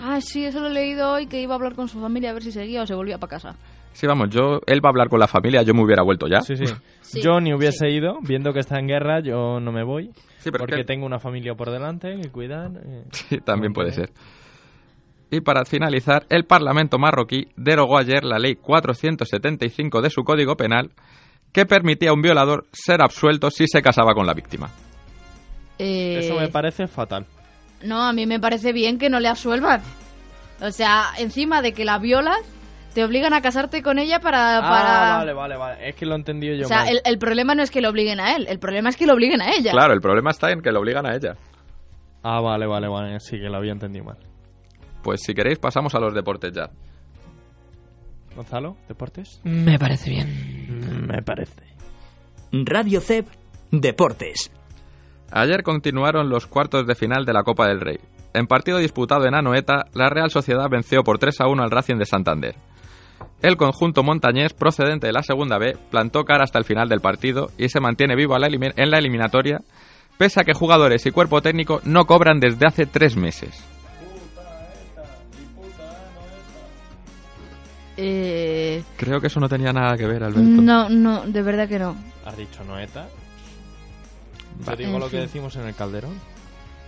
B: Ah, sí, eso lo he leído hoy, que iba a hablar con su familia a ver si seguía o se volvía para casa.
C: Sí, vamos, yo, él va a hablar con la familia, yo me hubiera vuelto ya.
A: Sí, sí.
B: Sí,
A: yo ni hubiese ido, viendo que está en guerra, yo no me voy.
C: Sí, pero es
A: porque
C: que-
A: tengo una familia por delante que cuidar. eh.
C: Sí, también puede ser. Y para finalizar, el Parlamento marroquí derogó ayer la ley 475 de su Código Penal que permitía a un violador ser absuelto si se casaba con la víctima.
B: Eh,
A: Eso me parece fatal.
B: No, a mí me parece bien que no le absuelvan. O sea, encima de que la violas, te obligan a casarte con ella para... para...
A: Ah, vale, vale, vale. Es que lo he entendido yo.
B: O sea,
A: mal.
B: el, el problema no es que lo obliguen a él, el problema es que lo obliguen a ella.
C: Claro, el problema está en que lo obligan a ella.
A: Ah, vale, vale, vale. Sí, que lo había entendido mal.
C: Pues si queréis pasamos a los deportes ya.
A: Gonzalo, ¿deportes?
D: Me parece bien.
A: Me parece.
J: Radio CEP Deportes.
C: Ayer continuaron los cuartos de final de la Copa del Rey. En partido disputado en Anoeta, la Real Sociedad venció por 3 a 1 al Racing de Santander. El conjunto montañés, procedente de la segunda B, plantó cara hasta el final del partido y se mantiene vivo a la elimi- en la eliminatoria, pese a que jugadores y cuerpo técnico no cobran desde hace tres meses.
B: Eh,
C: Creo que eso no tenía nada que ver, Alberto.
B: no, no, de verdad que no.
A: ¿Has dicho Noeta?
C: Va.
A: Te digo
B: En
A: lo que
B: fin.
A: decimos en el Calderón.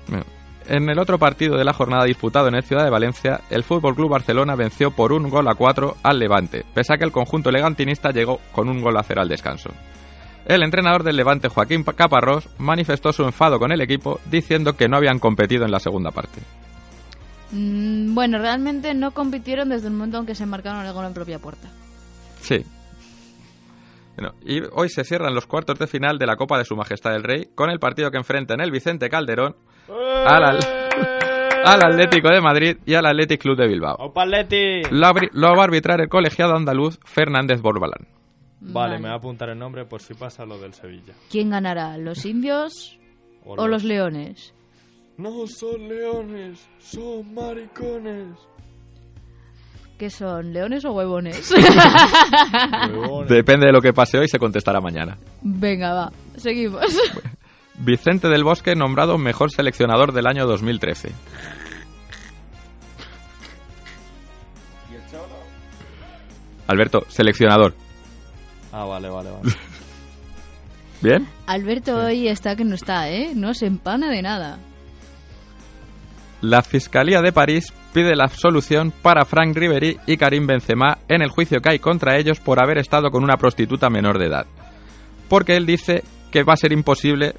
C: Bueno, En el otro partido de la jornada disputado en el Ciudad de Valencia, el Fútbol Club Barcelona venció por un gol a cuatro al Levante, pese a que el conjunto legantinista llegó con un gol a cero al descanso. El entrenador del Levante, Joaquín Pa- Caparrós, manifestó su enfado con el equipo diciendo que no habían competido en la segunda parte.
B: Mm, bueno, realmente no compitieron desde el momento en que se marcaron el gol en propia puerta.
C: Sí. Bueno, y hoy se cierran los cuartos de final de la Copa de Su Majestad el Rey con el partido que enfrenta en el Vicente Calderón a la, al Atlético de Madrid y al Athletic Club de Bilbao.
A: ¡Opa, Atleti!
C: Lo, abri- lo va a arbitrar el colegiado andaluz Fernández Borbalán.
B: Vale.
A: Vale, me va a apuntar el nombre por si pasa lo del Sevilla.
B: ¿Quién ganará? ¿Los indios o
A: lo-
B: los leones?
A: No son leones, son maricones.
B: ¿Qué son? ¿Leones o huevones?
A: Huevones.
C: Depende de lo que pase hoy, se contestará mañana.
B: Venga, va. Seguimos.
C: Vicente del Bosque nombrado mejor seleccionador del año 2013. Alberto, seleccionador.
A: Ah, vale, vale, vale.
C: ¿Bien?
B: Alberto hoy está que no está, ¿eh? No se empana de nada.
C: La Fiscalía de París pide la absolución para Frank Ribery y Karim Benzema en el juicio que hay contra ellos por haber estado con una prostituta menor de edad. Porque él dice que va a ser imposible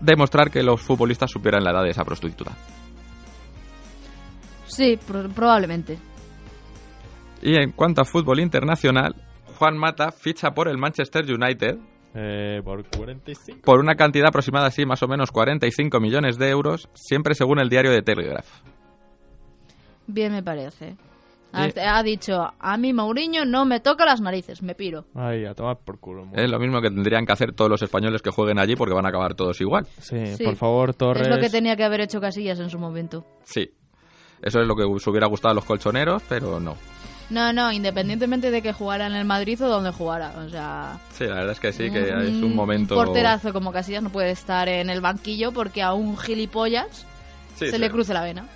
C: demostrar que los futbolistas supieran la edad de esa prostituta.
B: Sí, pro- probablemente.
C: Y en cuanto a fútbol internacional, Juan Mata ficha por el Manchester United
A: Eh, por 45.
C: por una cantidad aproximada así, más o menos 45 millones de euros, siempre según el diario de Telegraph.
B: Bien me parece. Ha,
C: Eh.
B: ha dicho, a mí Mourinho no me toca las narices, me piro.
A: Ay, a tomar por culo.
C: Es lo mismo que tendrían que hacer todos los españoles que jueguen allí porque van a acabar todos igual.
A: Sí,
B: Sí.
A: por favor, Torres.
B: Es lo que tenía que haber hecho Casillas en su momento.
C: Sí. Eso es lo que os hubiera gustado a los colchoneros, pero no.
B: No, no, independientemente de que jugara en el Madrid o donde jugara. O sea,
C: Sí, la verdad es que sí, que es un momento...
B: Mm, porterazo como Casillas no puede estar en el banquillo porque a un gilipollas
C: Sí,
B: se
C: sí.
B: le cruce la vena.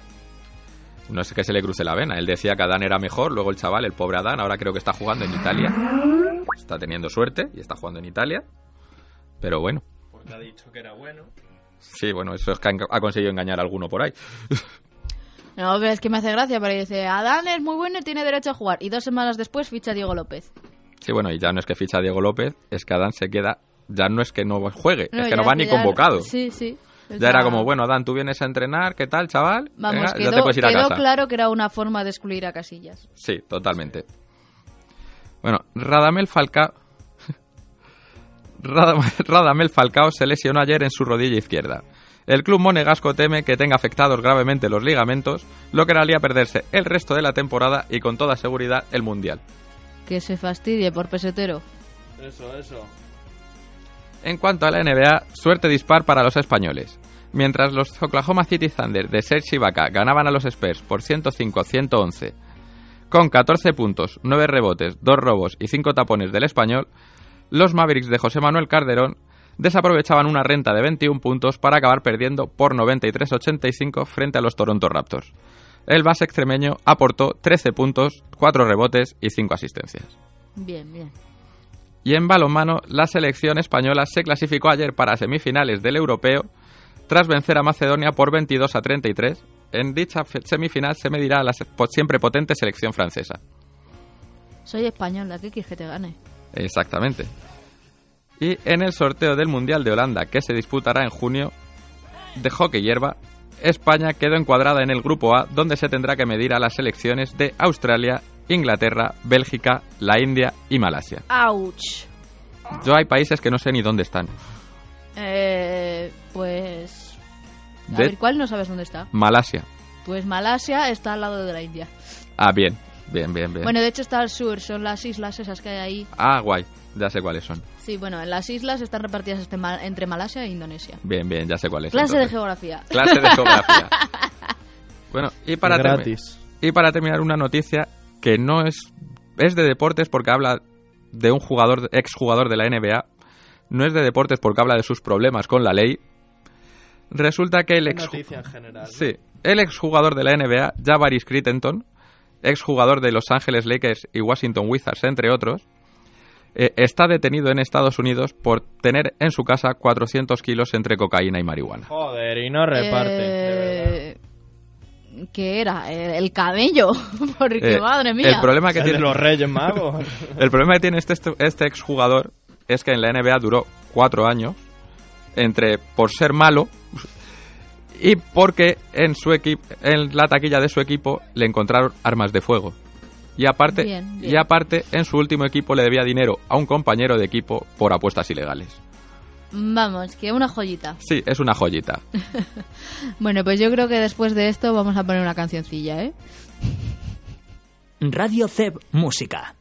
C: No es que se le cruce la vena. Él decía que Adán era mejor, luego el chaval, el pobre Adán, ahora creo que está jugando en Italia. Está teniendo suerte y está jugando en Italia. Pero bueno.
A: Porque ha dicho que era bueno.
C: Sí, bueno, eso es que han- ha conseguido engañar a alguno por ahí.
B: No, pero es que me hace gracia, pero dice, Adán es muy bueno y tiene derecho a jugar. Y dos semanas después ficha a Diego López.
C: Sí, bueno, y ya no es que ficha a Diego López, es que Adán se queda. Ya no es que no juegue, es que
B: ya-
C: no va ni
B: ya-
C: convocado.
B: Sí, sí. O
C: Ya
B: sea,
C: era como, bueno, Adán, tú vienes a entrenar, ¿qué tal, chaval?
B: Vamos,
C: Venga,
B: quedó,
C: ya te puedes ir a
B: quedó
C: casa.
B: claro que era una forma de excluir a Casillas.
C: Sí, totalmente. Bueno, Radamel Falcao. Radam- Radamel Falcao se lesionó ayer en su rodilla izquierda. El club monegasco teme que tenga afectados gravemente los ligamentos, lo que le haría perderse el resto de la temporada y con toda seguridad el mundial.
B: Que se fastidie por pesetero.
A: Eso, eso.
C: En cuanto a la NBA, suerte dispar para los españoles. Mientras los Oklahoma City Thunder de Serge Ibaka ganaban a los Spurs por 105-111, con 14 puntos, 9 rebotes, 2 robos y 5 tapones del español, los Mavericks de José Manuel Calderón desaprovechaban una renta de 21 puntos para acabar perdiendo por 93-85 frente a los Toronto Raptors. El base extremeño aportó 13 puntos, 4 rebotes y 5 asistencias.
B: Bien, bien.
C: Y en balonmano, la selección española se clasificó ayer para semifinales del europeo tras vencer a Macedonia por 22 a 33. En dicha fe- semifinal se medirá a la se- po- siempre potente selección francesa.
B: Soy española, ¿qué quieres que te gane?
C: Exactamente. Y en el sorteo del Mundial de Holanda, que se disputará en junio, de hockey hierba, España quedó encuadrada en el grupo A, donde se tendrá que medir a las selecciones de Australia, Inglaterra, Bélgica, la India y Malasia.
B: ¡Auch!
C: Yo hay países que no sé ni dónde están.
B: Eh, pues... A
C: De-
B: ver, ¿cuál no sabes dónde está?
C: Malasia.
B: Pues Malasia está al lado de la India.
C: Ah, bien, bien, bien, bien.
B: Bueno, de hecho está al sur, son las islas esas que hay ahí.
C: Ah, guay, ya sé cuáles son.
B: Sí, bueno, en las islas están repartidas este ma- entre Malasia e Indonesia.
C: Bien, bien, ya sé cuáles
B: Clase de
C: entonces.
B: geografía.
C: Clase de geografía. bueno, y para, termi-
A: Gratis.
C: y para terminar una noticia que no es... Es de deportes porque habla de un jugador, exjugador de la NBA. No es de deportes porque habla de sus problemas con la ley. Resulta que el ex...
A: Noticia en general.
C: Sí, el exjugador de la NBA, Javaris Crittenton, exjugador de Los Ángeles Lakers y Washington Wizards, entre otros, eh, está detenido en Estados Unidos por tener en su casa 400 kilos entre cocaína y marihuana.
A: Joder, y no reparte. de verdad.
B: Eh, ¿Qué era? Eh, El cabello. Porque,
C: Eh,
B: madre mía.
C: El problema que
A: Es de
C: tiene,
A: los Reyes Magos.
C: el problema que tiene este, este exjugador es que en la NBA duró cuatro años entre por ser malo y porque en su equipo en la taquilla de su equipo le encontraron armas de fuego. Y aparte,
B: Bien,
C: y
B: bien.
C: aparte en su último equipo le debía dinero a un compañero de equipo por apuestas ilegales.
B: Vamos, que una joyita.
C: Sí, es una joyita.
B: Bueno, pues yo creo que después de esto vamos a poner una cancioncilla, ¿eh?
J: Radio CEP Música.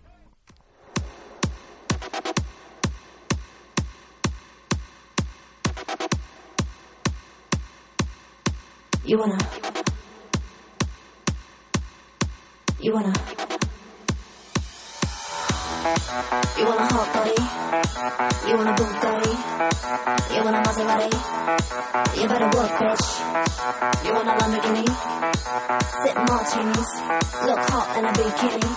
F: You wanna. You wanna. You wanna hot body. You wanna boot daddy. You wanna Maserati. You better work, bitch. You wanna Lamborghini. Sip martinis. Look hot in a bikini.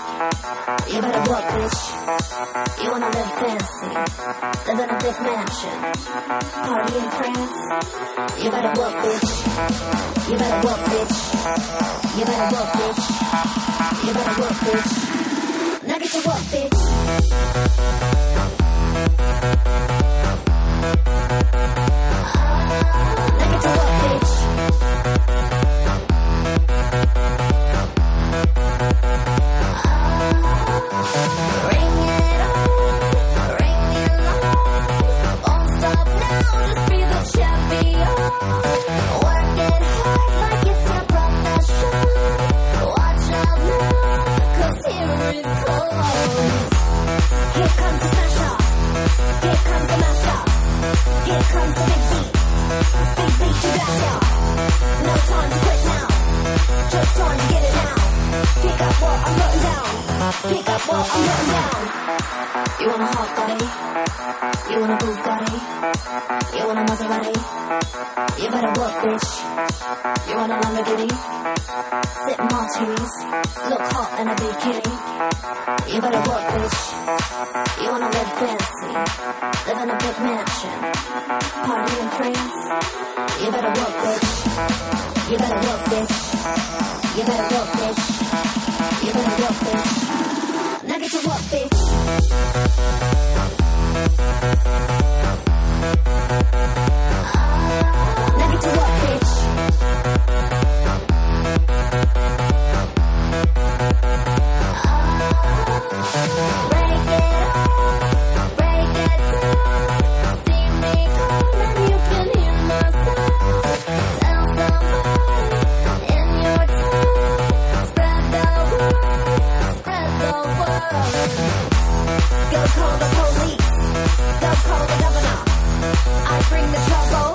F: You better work, bitch. You wanna live fancy. Live in a big mansion. Party in France. You better work, bitch. You better work, bitch. You better work, bitch. You better work, bitch. Now get to work, bitch. Now get to work, bitch. Ring it on, ring it on. Won't stop now, just be the champion. Work it hard like it's your profession. Watch out now, 'cause here it comes. Here comes the smash up. Here comes the mash up. Here comes the big beat. Big beat to dash out. No time to quit now. Just time to get it now. Pick up what I'm putting down. Pick up what I'm putting down. You want a hot body? You want a Bugatti? You want a Maserati? You better work, bitch. You want a Lamborghini? Sip martinis. Look hot in a bikini. You better work, bitch. You wanna live fancy. Live in a big mansion. Party in France. You better work, bitch. You better work, bitch. You better work, bitch. You better work, bitch. Now get to work, bitch. Now get to work, bitch. Break it off, break it down. See me coming, you can hear my sound. Tell somebody in your town. Spread the word, spread the word. Go call the police, go call the governor. I bring the trouble,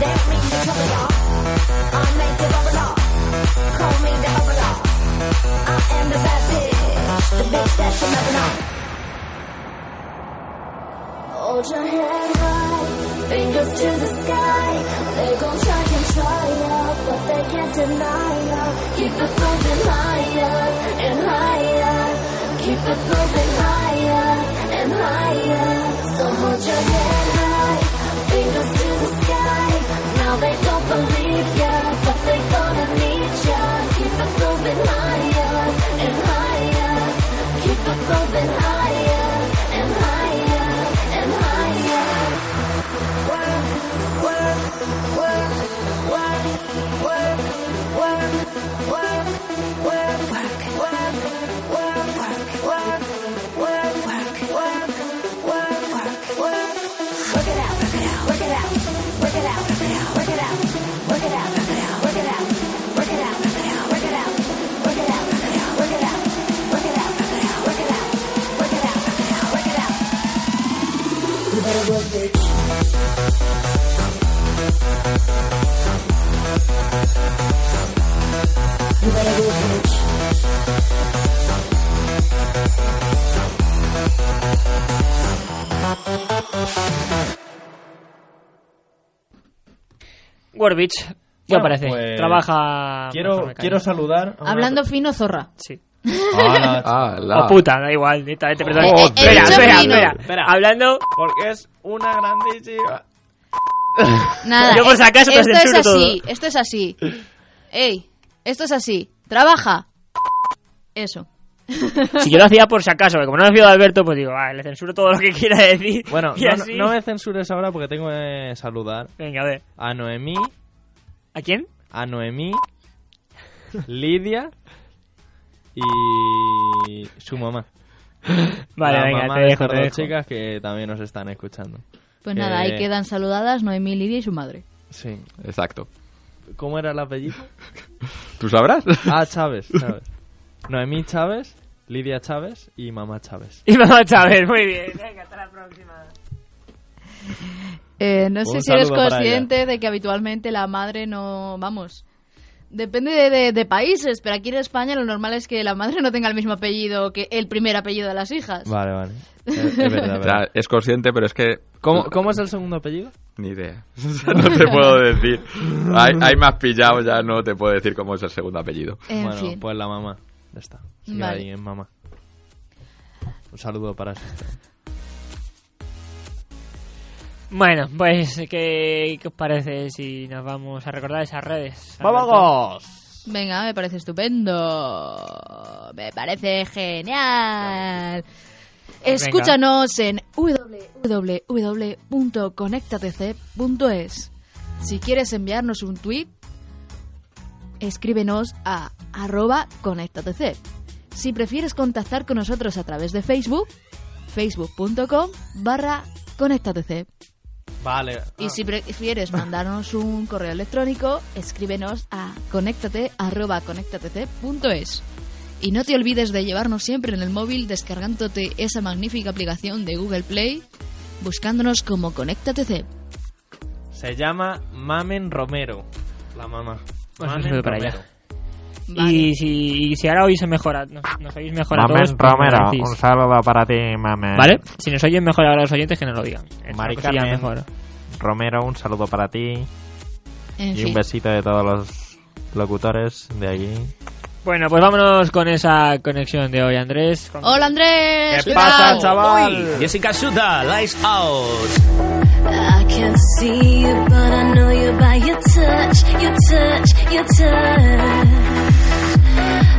F: they bring the trouble, y'all. I make the bubble up, call me the bubble up. I am the bad bitch, the bitch that's the Lebanon. Hold your head high, fingers to the sky. They gon' try and try out, but they can't deny ya. Keep it moving higher and higher. Keep it moving higher and higher. So hold your head high, fingers to the sky. Now they don't believe ya, but they gonna need ya. Keep it moving higher and higher. Keep it moving higher and higher and higher. Work, work, work, work, work, work, work, work, work, work, work, work, work, work, work, work, work, work, work. Work it out, work it out, work it out, work it out, work it out, work it out, work it out, work it out, work it out, work it out, work it out, work it out, work it out, work it out, work it out. You better work, bitch. You better work, bitch.
D: Warbitch, ¿qué
A: Bueno,
D: aparece?
A: pues,
D: Trabaja.
A: Quiero,
D: mejor me
A: quiero
D: callo.
A: saludar. a una-
B: Hablando fino, zorra.
D: Sí.
A: Hola,
C: Ah, la.
D: O Oh, puta, da igual, directamente, perdón.
B: Eh, eh, he
D: espera,
B: dicho
D: espera,
B: fino.
D: espera, Hablando.
A: Porque es una grandísima.
B: Nada.
D: Yo por si
B: eh,
D: acaso te
B: esto es
D: censuro
B: así, esto es así. Ey, esto es así. Trabaja. Eso.
D: Si yo lo hacía por si acaso, porque como no me fío de Alberto, pues digo, vale, le censuro todo lo que quiera decir.
A: Bueno,
D: y
A: no, no-
D: así-
A: no me censures ahora porque tengo que saludar
D: Venga, a ver.
A: a Noemí,
D: ¿A quién?
A: a Noemí, Lidia y su mamá.
D: Vale,
A: La
D: venga,
A: mamá
D: te
A: de
D: dejo,
A: estas
D: te
A: dos
D: dejo.
A: chicas que también nos están escuchando.
B: Pues
A: Eh,
B: nada, ahí quedan saludadas Noemí, Lidia y su madre.
A: Sí.
C: Exacto.
A: ¿Cómo era el apellido?
C: ¿Tú sabrás?
A: Ah, Chávez, Chávez. Noemí Chávez, Lidia Chávez y mamá Chávez.
D: Y mamá Chávez, muy bien. Venga, hasta la próxima.
B: Eh, no
A: Un
B: sé si eres
A: saludo para
B: consciente de que habitualmente la madre no... Vamos. Depende de, de- de países, pero aquí en España lo normal es que la madre no tenga el mismo apellido que el primer apellido de las hijas.
A: Vale, vale. Es, es verdad,
C: O
A: verdad.
C: sea, es consciente, pero es que...
A: ¿Cómo, cómo es el segundo apellido?
C: Ni idea. O sea, no te puedo decir. Hay, hay más pillado, ya no te puedo decir cómo es el segundo apellido.
B: Eh, En
A: bueno,
B: fin.
A: pues la mamá. Ya está. Se queda
B: Vale.
A: ahí en mamá. Un saludo para Sista.
D: Bueno, pues, ¿qué, qué os parece si nos vamos a recordar esas redes?
A: ¡Vámonos!
B: Venga, me parece estupendo. Me parece genial. Escúchanos en www.conectatc.es. Si quieres enviarnos un tweet, escríbenos a arroba conectatc. Si prefieres contactar con nosotros a través de Facebook, facebook.com barra conectatc.
A: Vale. ah,
B: Y si prefieres mandarnos un correo electrónico, escríbenos a conéctate arroba conectatc.es. Y no te olvides de llevarnos siempre en el móvil descargándote esa magnífica aplicación de Google Play, buscándonos como Conéctatec.
A: Se llama Mamen Romero. La mamá.
D: Pues
A: Mamen
D: me voy para allá.
A: Romero.
B: Vale.
D: Y si, y si ahora oís mejor, nos, nos oís mejor a todos,
K: Mamen
D: pues me lo
K: Romero,
D: decís.
K: un saludo para ti,
A: Ah.
K: Mamen.
D: ¿Vale? Si nos oyen mejor ahora los oyentes, que nos lo digan. Es una
K: Mari
D: cosilla
K: Carmen.
D: mejor.
K: Romero, un saludo para ti.
B: En
K: Y un
B: fin.
K: besito de todos los locutores de allí.
D: Bueno, pues vámonos con esa conexión de hoy, Andrés. Con-
B: Hola Andrés, ¿qué, tal?
L: Jessica Suda, Lights Out.
M: I can't see you, but I know you by your touch, your touch, your touch.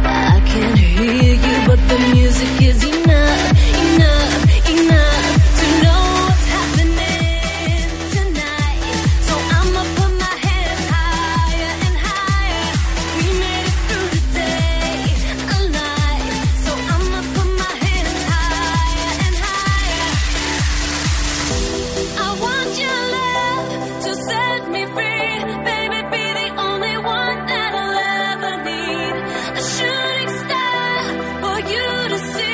M: I can hear you, but the music is enough, enough, enough to know what's happening tonight. So I'ma put my hands higher and higher. We made it through the day alive. So I'ma put my hands higher and higher. I want your love to set me free. Baby, be the only one that I'll ever need. A shooting star for you to see.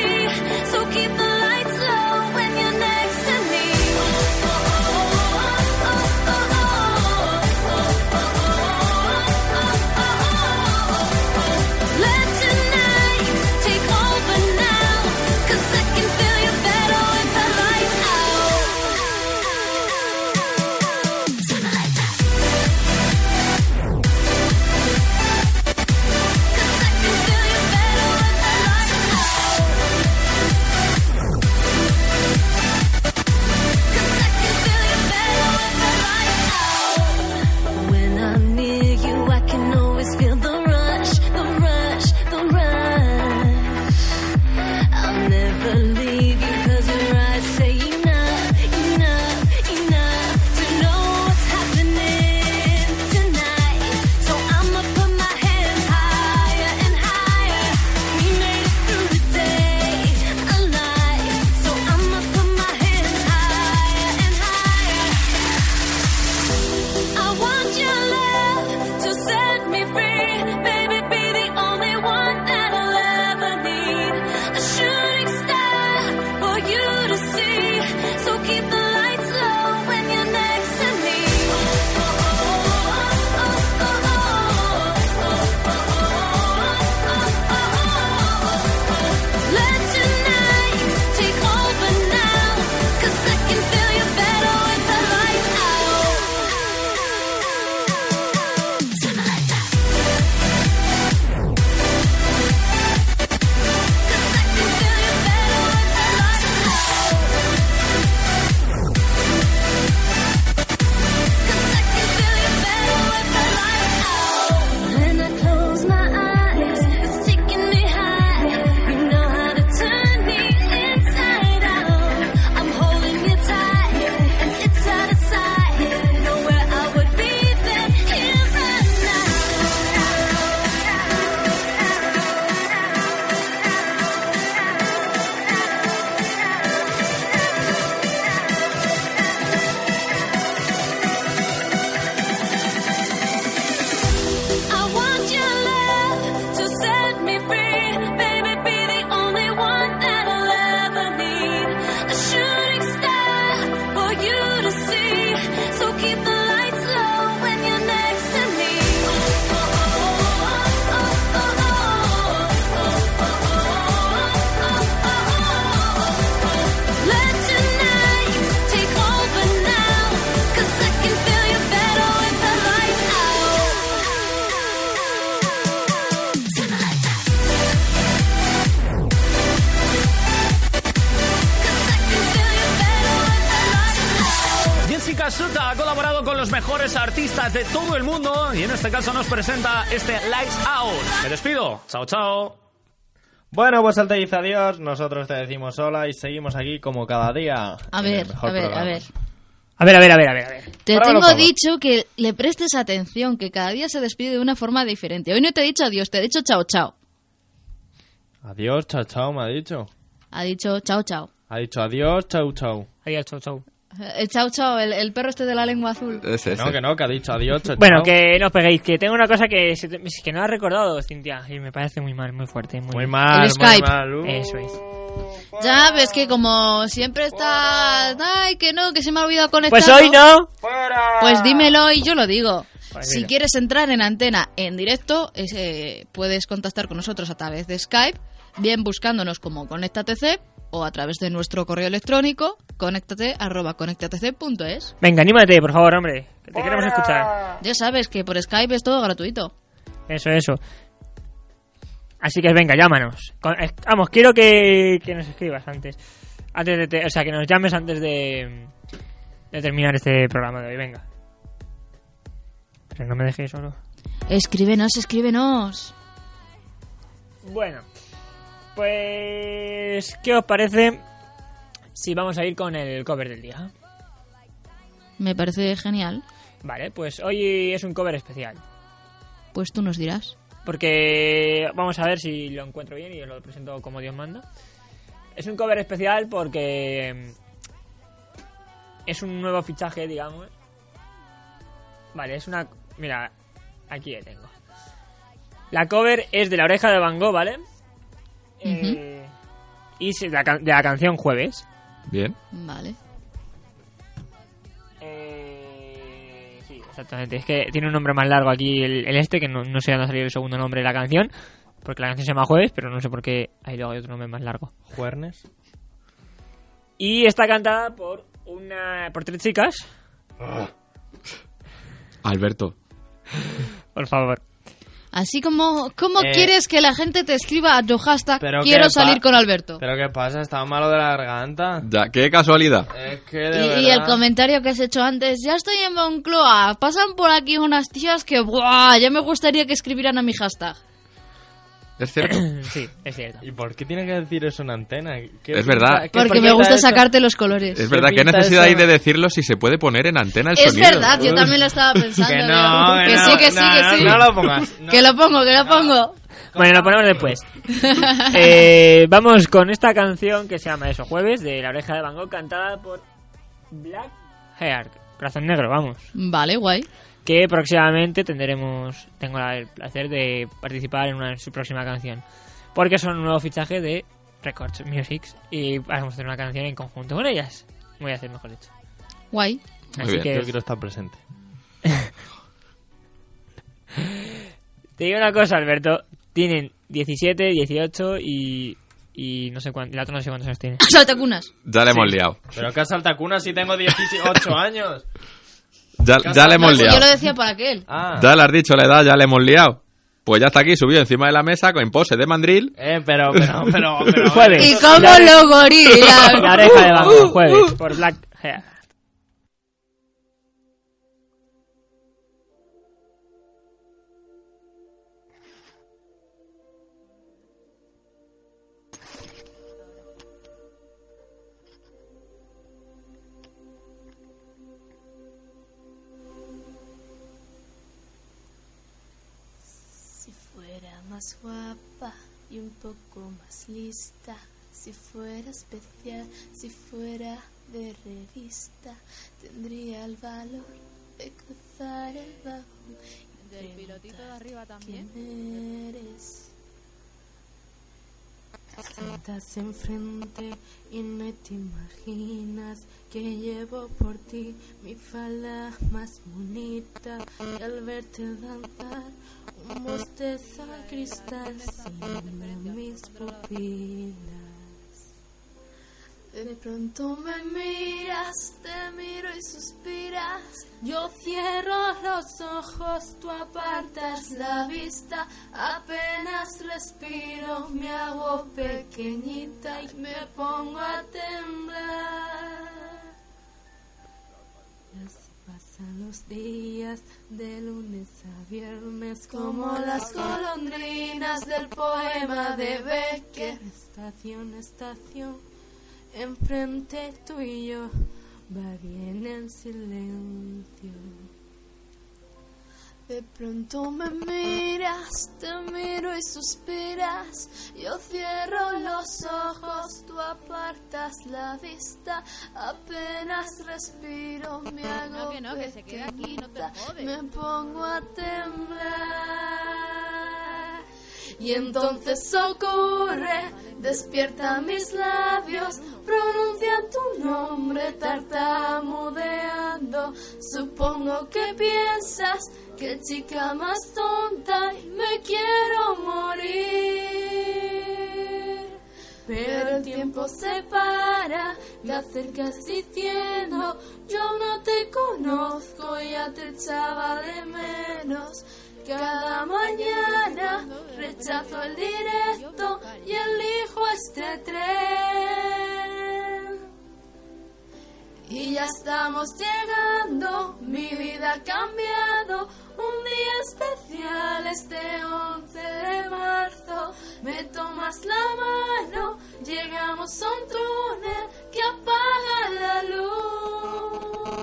N: ha colaborado con los mejores artistas de todo el mundo y en este caso nos presenta este Lights Out. Me despido. Chao, chao.
A: Bueno, pues Alta dice adiós, nosotros te decimos hola y seguimos aquí como cada día.
B: A
A: en el
B: ver,
A: mejor
B: a ver, a
A: programa.
B: ver.
D: A ver, a ver, a ver, a ver. A ver.
B: Te
D: Ahora me lo
B: tengo
D: pongo.
B: dicho que le prestes atención, que cada día se despide de una forma diferente. Hoy no te he dicho adiós, te he dicho chao, chao.
A: Adiós, chao, chao, me ha dicho.
B: Ha dicho chao, chao.
A: Ha dicho adiós, chao, chao.
D: Adiós, chao, chao.
B: Eh, El chao, chao, el, el perro este de la lengua azul.
A: No, que no, que ha dicho adiós, chao,
D: Bueno,
A: chao.
D: que no os peguéis, que tengo una cosa que, se te- que no has recordado, Cintia, y me parece muy mal, muy fuerte. Muy,
A: Muy mal, El muy Skype. mal, uh.
D: Eso es.
B: Ya ves que como siempre está... Ay, que no, que se me ha olvidado conectar.
D: Pues hoy no.
B: Pues dímelo y yo lo digo.
D: Pues
B: Si
D: mira.
B: quieres entrar en antena en directo, es, eh, puedes contactar con nosotros a través de Skype, bien buscándonos como ConectaTC o a través de nuestro correo electrónico conéctate arroba conectatc.es.
D: Venga, anímate, por favor, hombre. que te queremos escuchar.
B: Ya sabes que por Skype es todo gratuito.
D: Eso, eso. Así que venga, llámanos. Con- eh, Vamos, quiero que, que nos escribas antes. antes de te- O sea, que nos llames antes de, de terminar este programa de hoy. Venga. Pero no me dejéis solo.
B: Escríbenos, escríbenos.
D: Bueno, pues. ¿Qué os parece si vamos a ir con el cover del día?
B: Me parece genial.
D: Vale, pues hoy es un cover especial.
B: Pues tú nos dirás.
D: Porque vamos a ver si lo encuentro bien y os lo presento como Dios manda. Es un cover especial porque mm, es un nuevo fichaje, digamos. Vale, es una... Mira, aquí le tengo. La cover es de la oreja de Van Gogh, ¿vale? Eh, y se- de la, can- de la canción Jueves.
C: Bien.
B: Vale.
D: Eh, Sí, exactamente. Es que tiene un nombre más largo aquí el, el este, que no, no sé dónde ha salido el segundo nombre de la canción. Porque la canción se llama Jueves, pero no sé por qué ahí luego hay otro nombre más largo.
A: ¿Juernes?
D: Y está cantada por una por tres chicas.
C: Alberto.
D: Por favor.
B: Así como, ¿cómo
A: Eh.
B: quieres que la gente te escriba a tu hashtag
A: Pero
B: quiero
A: qué
B: salir
A: pa-
B: con Alberto?
A: ¿Pero qué pasa? ¿Está malo de la garganta?
C: Ya, qué casualidad.
A: Es que de verdad...
B: Y, y el comentario que has hecho antes, ya estoy en Moncloa, pasan por aquí unas tías que, ¡buah! Ya me gustaría que escribieran a mi hashtag.
C: Es cierto.
D: sí, es cierto.
A: ¿Y por qué tiene que decir eso en antena? ¿Qué
C: Es verdad.
A: pinta- qué
B: Porque me
A: pinta
B: gusta
A: eso?
B: sacarte los colores.
C: Es verdad, ¿qué
A: pinta
C: necesidad
A: eso?
C: hay de decirlo si se puede poner en antena el
B: Es
C: sonido?
B: verdad, yo también lo estaba pensando.
A: Que
B: digo,
A: no,
B: que
A: que
B: sí,
A: no,
B: que sí,
A: no,
B: que sí.
A: no lo pongas,
B: Que lo pongo, que lo pongo.
D: Bueno, lo ponemos después. Eh, vamos con esta canción que se llama Eso Jueves, de La Oreja de Van Gogh, cantada por Black Heart. Corazón Negro, vamos.
B: Vale, guay.
D: que próximamente tendremos, tengo la- el placer de participar en una de su próxima canción. Porque son un nuevo fichaje de Records Music y vamos a hacer una canción en conjunto con ellas. Voy a hacer mejor dicho.
B: Guay.
A: Muy
D: Así
A: bien,
D: que-
A: yo quiero estar presente.
D: Te digo una cosa, Alberto. Tienen 17, 18 y, y no sé cuánto. La otra no sé cuántos años tiene.
B: Saltacunas.
C: Ya le hemos liado.
A: Pero que saltacuna si tengo 18 años.
C: Ya, ya le hemos
B: No, si
C: liado.
B: Yo lo decía para aquel.
A: Ah.
C: Ya le has dicho la edad, ya le hemos liado. Pues ya está aquí, subido encima de la mesa con pose de mandril.
A: Eh, pero, pero, pero, pero...
D: Jueves.
B: ¿Y cómo lo gorila?
D: La oreja de Van Gogh, jueves, por Black Hair.
O: Si fuera más guapa y un poco más lista, si fuera especial, si fuera de revista, tendría el valor de cruzar el vagón. y
B: Del pilotito de
O: preguntar
B: arriba también.
O: ¿Quién eres? Estás enfrente y no te imaginas que llevo por ti mi falda más bonita y al verte danzar un bostezo al cristal siembra mis pupilas. De pronto me miras, te miro y suspiras. Yo cierro los ojos, tú apartas la vista. Apenas respiro, me hago pequeñita y me pongo a temblar. Y así pasa pasan los días de lunes a viernes
L: Como las golondrinas del poema de Becker.
O: Estación, estación, enfrente tú y yo, va bien en silencio.
L: De pronto me miras, te miro y suspiras. Yo cierro los ojos, tú apartas la vista. Apenas respiro, me hago
B: que no, que se quede aquí, no te
L: pequeñita.
B: jodes.
L: Me pongo a temblar. Y entonces ocurre, despierta mis labios, pronuncia tu nombre tartamudeando. Supongo que piensas que chica más tonta y me quiero morir. Pero el tiempo se para, te acercas diciendo, yo no te conozco, ya te echaba de menos. Cada mañana rechazo el directo y elijo este tren. Y ya estamos llegando, mi vida ha cambiado. Un día especial este 11 de marzo. Me tomas la mano, llegamos a un túnel que apaga la luz.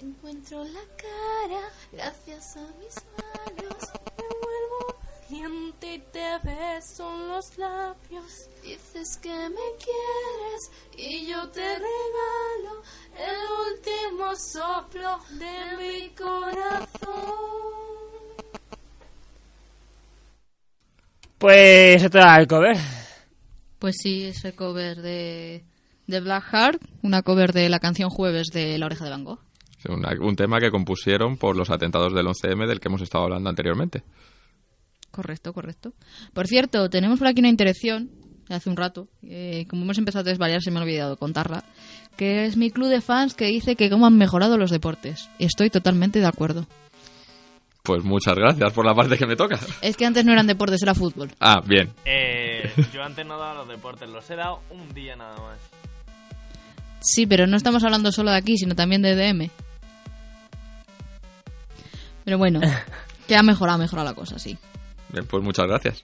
L: Encuentro la cara gracias a mis manos. Me vuelvo
O: Siente y te beso en los labios.
L: Dices que me quieres y yo te regalo el último soplo de mi corazón.
D: Pues esto era el cover.
B: Pues sí, ese cover de, de Black Heart, una cover de la canción Jueves de La Oreja de Van Gogh.
C: Sí, una- un tema que compusieron por los atentados del 11M del que hemos estado hablando anteriormente.
B: Correcto, correcto. Por cierto, tenemos por aquí una interacción de hace un rato. eh, como hemos empezado a desvariar, se me ha olvidado contarla. Que es mi club de fans que dice que cómo han mejorado los deportes. Estoy totalmente de acuerdo.
C: Pues muchas gracias por la parte que me toca.
B: Es que antes no eran deportes, era fútbol.
C: Ah, bien.
A: Eh, yo antes no daba los deportes, los he dado un día nada más.
B: Sí, pero no estamos hablando solo de aquí, sino también de DM. Pero bueno, que ha mejorado, ha mejorado la cosa, sí.
C: Bien, pues muchas gracias.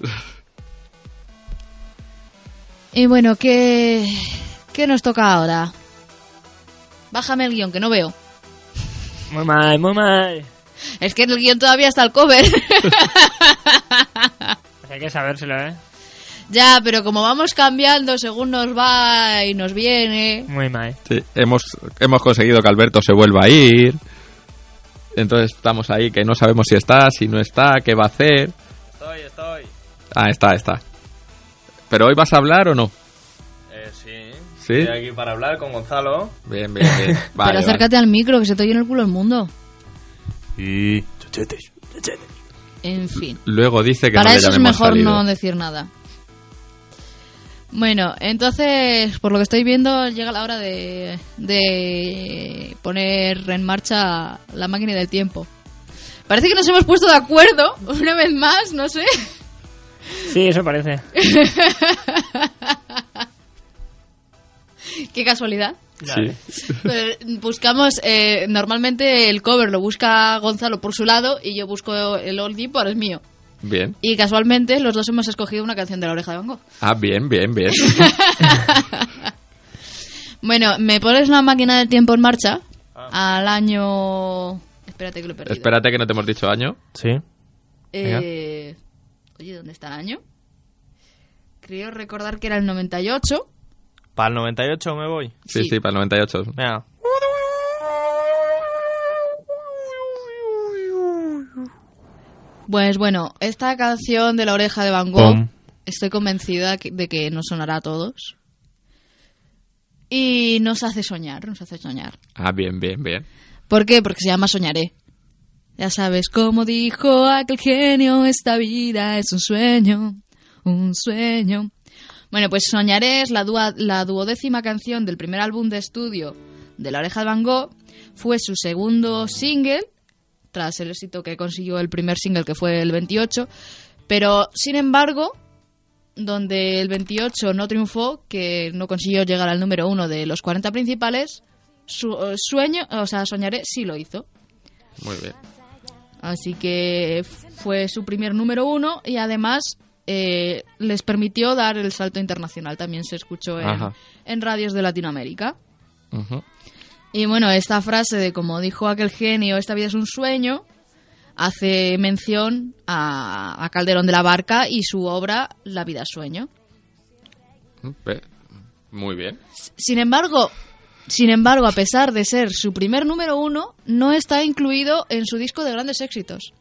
B: Y bueno, ¿qué, qué nos toca ahora? Bájame el guión, que no veo.
D: Muy mal, muy mal.
B: Es que en el guión todavía está el cover.
D: Pues hay que sabérselo, ¿eh?
B: ya, pero como vamos cambiando según nos va y nos viene.
D: Muy mal.
C: Sí, hemos, hemos conseguido que Alberto se vuelva a ir. Entonces estamos ahí que no sabemos si está, si no está, qué va a hacer.
A: Estoy, estoy.
C: Ah, está, está. ¿Pero hoy vas a hablar o no?
A: Eh, sí.
C: ¿Sí?
A: Estoy aquí para hablar con Gonzalo.
C: Bien, bien, bien.
B: pero acércate al micro, que se te oye en el culo el mundo.
C: Y...
B: En fin.
C: Luego dice que
B: Para
C: no le
B: eso es
C: llamemos
B: mejor
C: salido.
B: no decir nada. Bueno, entonces, por lo que estoy viendo, llega la hora de, de poner en marcha la máquina del tiempo. Parece que nos hemos puesto de acuerdo, una vez más, no sé.
D: Sí, eso parece.
B: Qué casualidad.
D: Sí.
B: Pero buscamos, eh, normalmente el cover lo busca Gonzalo por su lado y yo busco el oldie por el mío.
C: Bien.
B: Y casualmente los dos hemos escogido una canción de la oreja de Van Gogh.
C: Ah, bien, bien, bien.
B: Bueno, ¿me pones la máquina del tiempo en marcha? Al año... Espérate que lo he perdido.
C: Espérate que no te hemos dicho año. Sí.
B: Eh, Oye, ¿dónde está el año? Creo recordar que era el 98.
A: Para el 98 me voy.
C: Sí, sí, para el 98.
A: Venga.
B: Pues bueno, esta canción de la oreja de Van Gogh, estoy convencida que- de que nos sonará a todos. Y nos hace soñar, nos hace soñar.
C: Ah, bien, bien, bien.
B: ¿Por qué? Porque se llama Soñaré. Ya sabes, como dijo aquel genio, esta vida es un sueño, un sueño. Bueno, pues Soñaré es la, dua- la duodécima canción del primer álbum de estudio de La Oreja de Van Gogh. Fue su segundo single, tras el éxito que consiguió el primer single, que fue el 28. Pero, sin embargo, donde el 28 no triunfó, que no consiguió llegar al número uno de los 40 principales, su, eh, sueño, o sea, soñaré sí lo hizo.
C: Muy bien.
B: Así que f- fue su primer número uno y además eh, les permitió dar el salto internacional. También se escuchó en,
C: Ajá.
B: en radios de Latinoamérica.
C: Ujú.
B: Y bueno, esta frase de como dijo aquel genio, esta vida es un sueño, hace mención a, a Calderón de la Barca y su obra La vida es sueño.
C: Ve- Muy bien.
B: Sin embargo, sin embargo, a pesar de ser su primer número uno, no está incluido en su disco de grandes éxitos.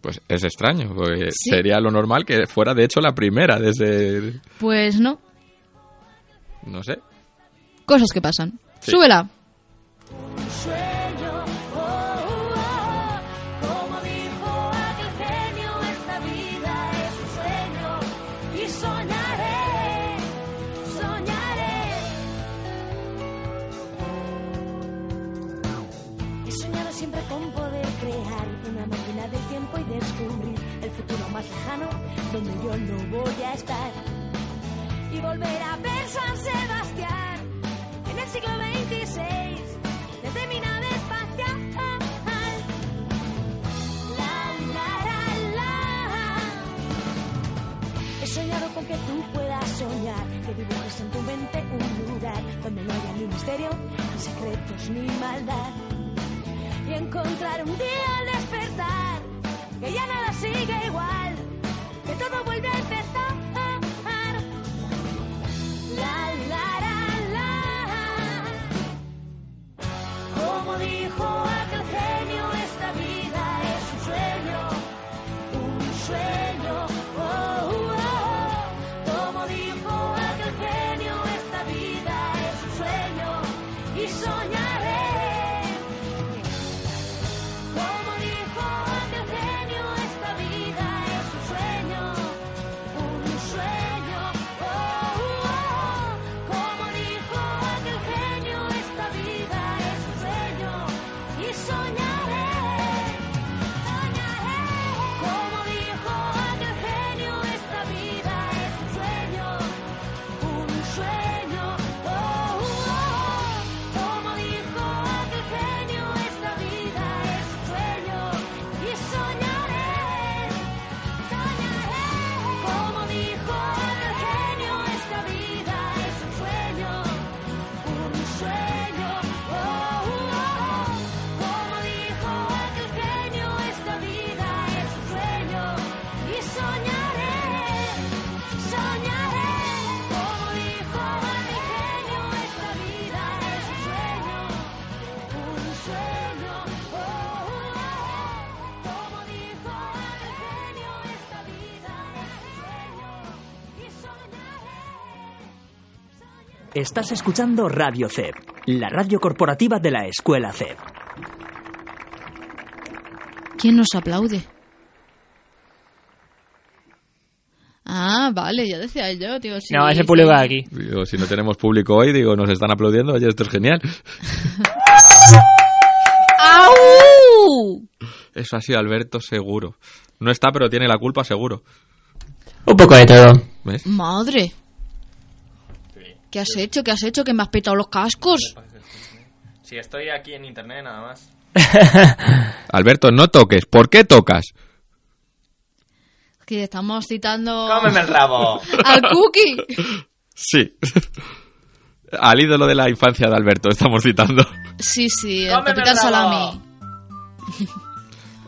C: Pues es extraño, porque
B: Sí.
C: sería lo normal que fuera de hecho la primera desde... el-
B: Pues no,
C: No sé.
B: cosas que pasan.
C: Sí.
B: Súbela.
F: Sueño, oh, oh, como dijo aquel genio, esta vida es un sueño y soñaré, soñaré.
P: He soñado siempre con poder crear una máquina del tiempo y descubrir el futuro más lejano donde yo no voy a estar.
F: Y volver a ver San Sebastián en el siglo XXVI, desde mi nave espacial. La, la, la, la.
P: He soñado con que tú puedas soñar, que dibujes en tu mente un lugar donde no haya ni misterio, ni secretos, ni maldad.
F: y encontrar un día al despertar que ya nada sigue igual, que todo vuelve a empezar. La la la la. Como dijo aquel genio, esta vida es un sueño, un sueño. Oh, oh, oh. Como dijo aquel genio, esta vida es un sueño y soñaré. Como dijo aquel genio, esta vida es un sueño, un sueño. Oh, oh, oh. Como dijo aquel genio, esta vida es un sueño y soñaré, soñaré. Como dijo aquel genio, esta vida es un sueño, un sueño. Oh, oh, oh. Como dijo aquel genio, esta vida es un sueño y soñaré, soñaré. Como dijo aquel genio, esta vida es un sueño, un sueño. Oh, oh, oh. Como dijo aquel genio, esta vida es un sueño y soñaré, soñaré. Como dijo aquel genio, esta vida es un sueño, un sueño. Oh, oh, oh. Como dijo aquel genio, esta vida es un sueño y soñaré.
J: Estás escuchando Radio CEP, la radio corporativa de la escuela CEP.
B: ¿Quién nos aplaude? Ah, vale, ya decía yo, digo, sí, sí.
D: aquí.
C: Digo, si no tenemos público hoy, digo, nos están aplaudiendo, oye, esto es genial.
B: ¡Au!
C: Eso ha sido Alberto seguro. No está, pero tiene la culpa seguro.
D: Un poco de todo.
C: ¿Ves?
B: Madre. ¿Qué has hecho? ¿Qué has hecho? ¿Que me has petado los cascos?
Q: Si estoy aquí en internet nada más.
C: Alberto, no toques. ¿Por qué tocas?
B: Que estamos citando...
Q: ¡Cómeme el rabo!
B: ¡Al cookie!
C: Sí. Al ídolo de la infancia de Alberto, estamos citando.
B: Sí, sí, el
F: Cómeme el
B: Capitán
F: rabo.
B: Salami.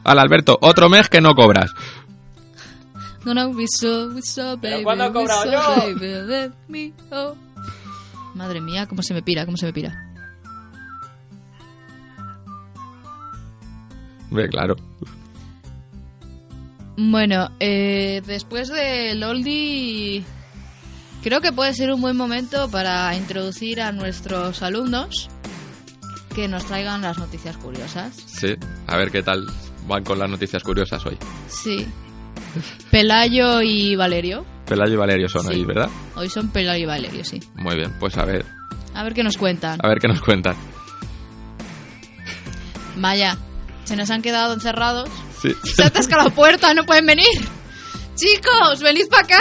C: Al Alberto, otro mes que no cobras.
B: Gonna be so, be so, baby,
F: cuándo he
B: be
F: cobrado
B: so,
F: yo?
B: baby, let me go. Madre mía, cómo se me pira, cómo se me pira.
C: Ve, claro.
B: Bueno, eh, después del oldie, creo que puede ser un buen momento para introducir a nuestros alumnos que nos traigan las noticias curiosas.
C: Sí. A ver qué tal van con las noticias curiosas hoy.
B: Sí. Pelayo y Valerio.
C: Pelayo y Valerio son
B: Sí.
C: hoy, ¿verdad?
B: Hoy son Pelayo y Valerio, sí.
C: Muy bien, pues a ver.
B: A ver qué nos cuentan.
C: A ver qué nos cuentan.
B: Vaya, se nos han quedado encerrados.
C: Sí.
B: Se atasca la puerta, no pueden venir. Chicos, venid para acá.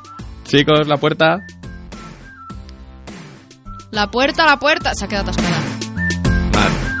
C: Chicos, la puerta.
B: La puerta, la puerta. Se ha quedado atascada.
C: Ah,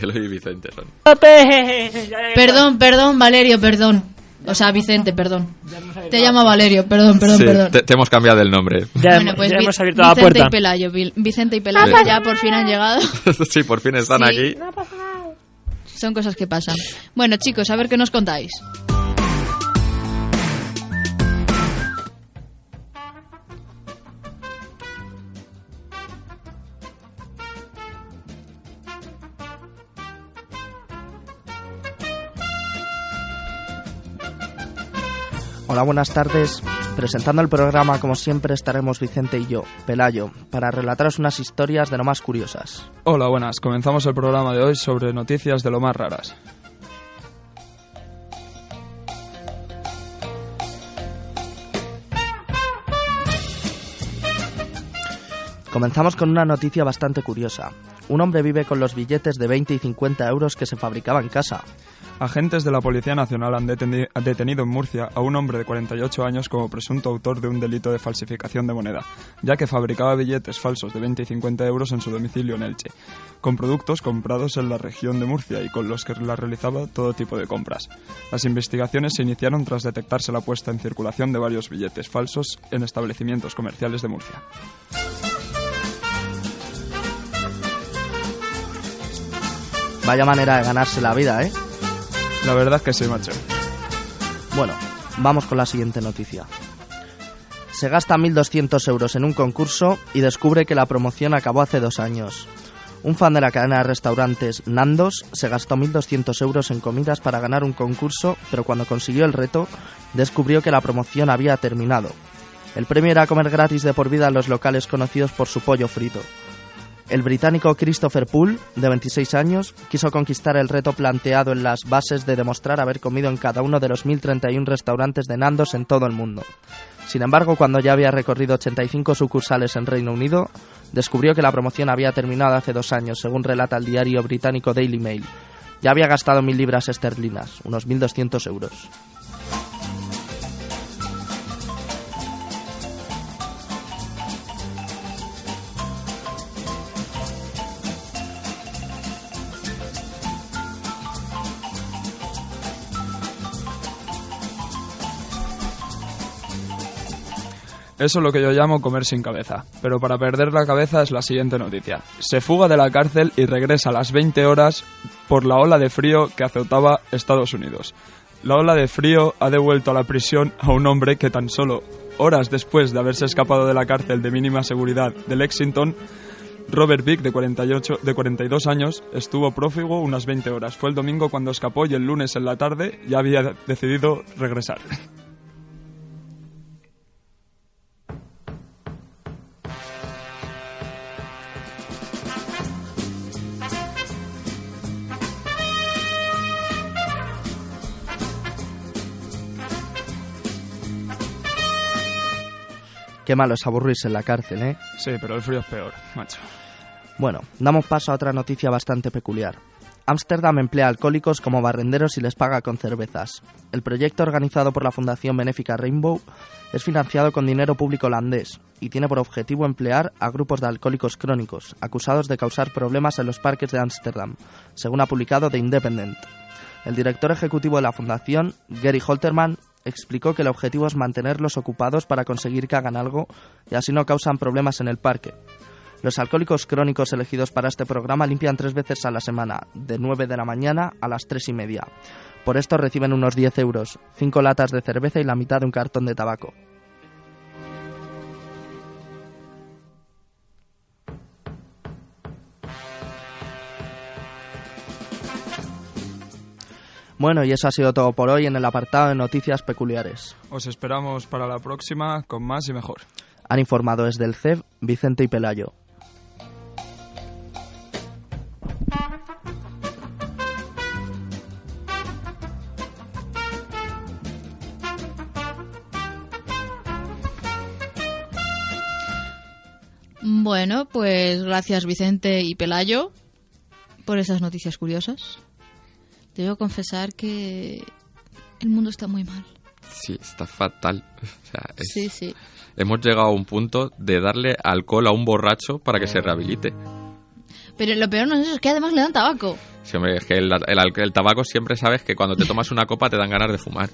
C: Eloy y Vicente son.
B: Perdón, perdón, Valerio, perdón. O sea, Vicente, perdón. Te llama Valerio, perdón, perdón,
C: Sí,
B: perdón.
C: Te, te hemos cambiado el nombre.
B: Bueno, pues Vi- Vicente y Pelayo, Vil- Vicente y Pelayo
C: Sí.
B: ya por fin han llegado.
C: sí, por fin están
B: Sí.
C: aquí.
B: Son cosas que pasan. Bueno, chicos, a ver qué nos contáis.
R: Hola, buenas tardes. Presentando el programa, como siempre, estaremos Vicente y yo, Pelayo, para relataros unas historias de lo más curiosas.
S: Hola, buenas. Comenzamos el programa de hoy sobre noticias de lo más raras.
R: Comenzamos con una noticia bastante curiosa. Un hombre vive con los billetes de 20 y 50 euros que se fabricaba en casa.
S: Agentes de la Policía Nacional han deteni- han detenido en Murcia a un hombre de 48 años como presunto autor de un delito de falsificación de moneda, ya que fabricaba billetes falsos de 20 y 50 euros en su domicilio en Elche, con productos comprados en la región de Murcia y con los que la realizaba todo tipo de compras. Las investigaciones se iniciaron tras detectarse la puesta en circulación de varios billetes falsos en establecimientos comerciales de Murcia.
R: Vaya manera de ganarse la vida, ¿eh?
S: La verdad que sí, macho.
R: Bueno, vamos con la siguiente noticia. Se gasta 1.200 euros en un concurso y descubre que la promoción acabó hace dos años. Un fan de la cadena de restaurantes Nandos se gastó 1.200 euros en comidas para ganar un concurso, pero cuando consiguió el reto, descubrió que la promoción había terminado. El premio era comer gratis de por vida en los locales conocidos por su pollo frito. El británico Christopher Poole, de 26 años, quiso conquistar el reto planteado en las bases de demostrar haber comido en cada uno de los 1031 restaurantes de Nandos en todo el mundo. Sin embargo, cuando ya había recorrido 85 sucursales en Reino Unido, descubrió que la promoción había terminado hace dos años, según relata el diario británico Daily Mail. Ya había gastado mil libras esterlinas, unos 1.200 euros.
S: Eso es lo que yo llamo comer sin cabeza. Pero para perder la cabeza es la siguiente noticia. Se fuga de la cárcel y regresa a las 20 horas por la ola de frío que azotaba Estados Unidos. La ola de frío ha devuelto a la prisión a un hombre que tan solo horas después de haberse escapado de la cárcel de mínima seguridad de Lexington, Robert Vick, de, 48, de 42 años, estuvo prófugo unas 20 horas. Fue el domingo cuando escapó y el lunes en la tarde ya había decidido regresar.
R: Qué malo es aburrirse en la cárcel, ¿eh?
S: Sí, pero el frío es peor, macho.
R: Bueno, damos paso a otra noticia bastante peculiar. Ámsterdam emplea alcohólicos como barrenderos y les paga con cervezas. El proyecto organizado por la Fundación Benéfica Rainbow es financiado con dinero público holandés y tiene por objetivo emplear a grupos de alcohólicos crónicos acusados de causar problemas en los parques de Ámsterdam, según ha publicado The Independent. El director ejecutivo de la fundación, Gary Holterman, explicó que el objetivo es mantenerlos ocupados para conseguir que hagan algo y así no causan problemas en el parque. Los alcohólicos crónicos elegidos para este programa limpian tres veces a la semana, de 9 de la mañana a las 3 y media. Por esto reciben unos 10 euros, 5 latas de cerveza y la mitad de un cartón de tabaco. Bueno, y eso ha sido todo por hoy en el apartado de noticias peculiares.
S: Os esperamos para la próxima con más y mejor.
R: Han informado desde el CEF Vicente y Pelayo.
B: Bueno, pues gracias Vicente y Pelayo por esas noticias curiosas. Debo confesar que el mundo está muy mal.
C: Sí, está fatal. O sea, es-
B: Sí, sí.
C: Hemos llegado a un punto de darle alcohol a un borracho para
B: Ah.
C: que se rehabilite.
B: Pero lo peor no es eso, es que además le dan tabaco.
C: Sí, hombre, es que el, el alco- el tabaco siempre sabes que cuando te tomas una copa te dan ganas de fumar.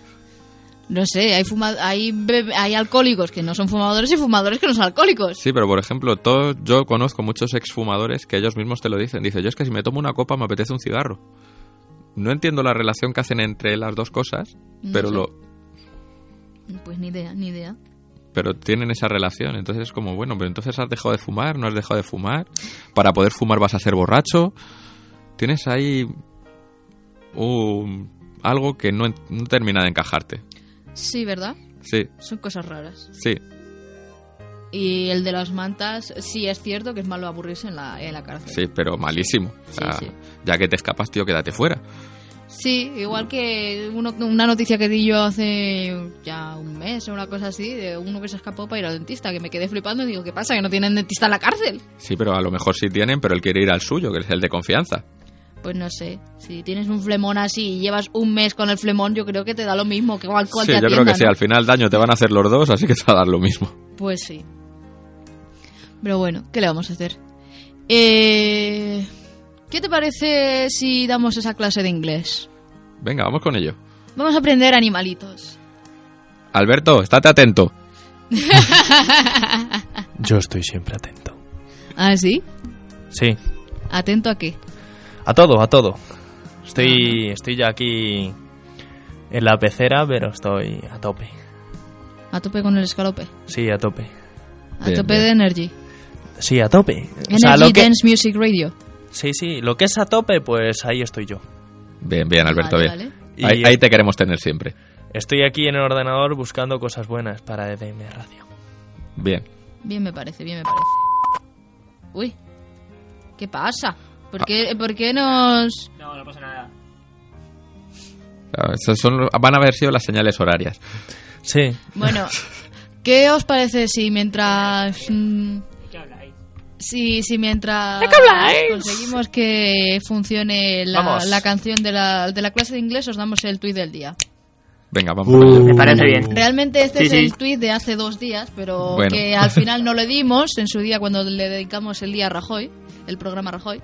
B: No sé, hay, fuma- hay, bebe- hay alcohólicos que no son fumadores y fumadores que no son alcohólicos.
C: Sí, pero por ejemplo, todo- yo conozco muchos exfumadores que ellos mismos te lo dicen. Dice, yo es que si me tomo una copa me apetece un cigarro. No entiendo la relación que hacen entre las dos cosas,
B: No
C: pero
B: sé.
C: lo,
B: Pues ni idea, ni idea.
C: pero tienen esa relación. Entonces es como, bueno, pero entonces has dejado de fumar, no has dejado de fumar. Para poder fumar vas a ser borracho. Tienes ahí un- algo que no, en- no termina de encajarte.
B: Sí, ¿verdad?
C: Sí,
B: Son cosas raras.
C: sí.
B: Y el de las mantas, sí es cierto que es malo aburrirse en la, en la cárcel.
C: Sí, pero malísimo. O sea, Ya que te escapas, tío, quédate fuera.
B: Sí, igual que uno- una noticia que di yo hace ya un mes o una cosa así, de uno que se escapó para ir al dentista, que me quedé flipando y digo, ¿qué pasa? ¿Que no tienen dentista en la cárcel?
C: Sí, pero a lo mejor sí tienen, pero él quiere ir al suyo, que es el de confianza.
B: Pues no sé, si tienes un flemón así y llevas un mes con el flemón, yo creo que te da lo mismo que alcohol
C: Sí,
B: te
C: yo creo
B: atiendan,
C: que sí,
B: ¿no?
C: al final daño te van a hacer los dos, así que te va a dar lo mismo.
B: Pues sí. Pero bueno, ¿qué le vamos a hacer? Eh, ¿Qué te parece si damos esa clase de inglés?
C: Venga, vamos con ello.
B: Vamos a aprender animalitos.
C: Alberto, estate atento.
T: Yo estoy siempre atento.
B: ¿Ah, sí?
T: Sí,
B: ¿Atento a qué?
T: a todo, a todo. Estoy, estoy ya aquí en la pecera, pero estoy a tope.
B: A tope con el escalope.
T: Sí, a tope.
B: A tope de energy.
T: Sí, a tope.
B: Energy
T: O sea, lo que,
B: Dance Music Radio.
T: sí, sí, lo que es a tope, pues ahí estoy yo.
C: Bien, bien, Alberto,
B: Vale,
C: bien.
T: vale.
C: Ahí,
T: Y-
C: ahí te queremos tener siempre.
T: Estoy aquí en el ordenador buscando cosas buenas para DDM Radio.
C: Bien.
B: Bien me parece, bien me parece. Uy, ¿qué pasa? ¿Por qué, por qué nos...?
D: No, no pasa nada.
C: Claro, Ah, esas son- van a haber sido las señales horarias.
T: Sí.
B: Bueno, ¿qué os parece si mientras... mm, si, si mientras
H: ¿De qué habláis?
B: conseguimos que funcione la,
H: Vamos.
B: la canción de la, de la clase de inglés, os damos el tuit del día.
C: Venga, vamos. con ello.
A: Uh.
D: Me parece bien.
B: Realmente este
C: Mm. Sí,
B: es
C: sí.
B: el tuit de hace dos días, pero
C: Bueno.
B: que al final no le dimos en su día cuando le dedicamos el día a Rajoy, el programa Rajoy.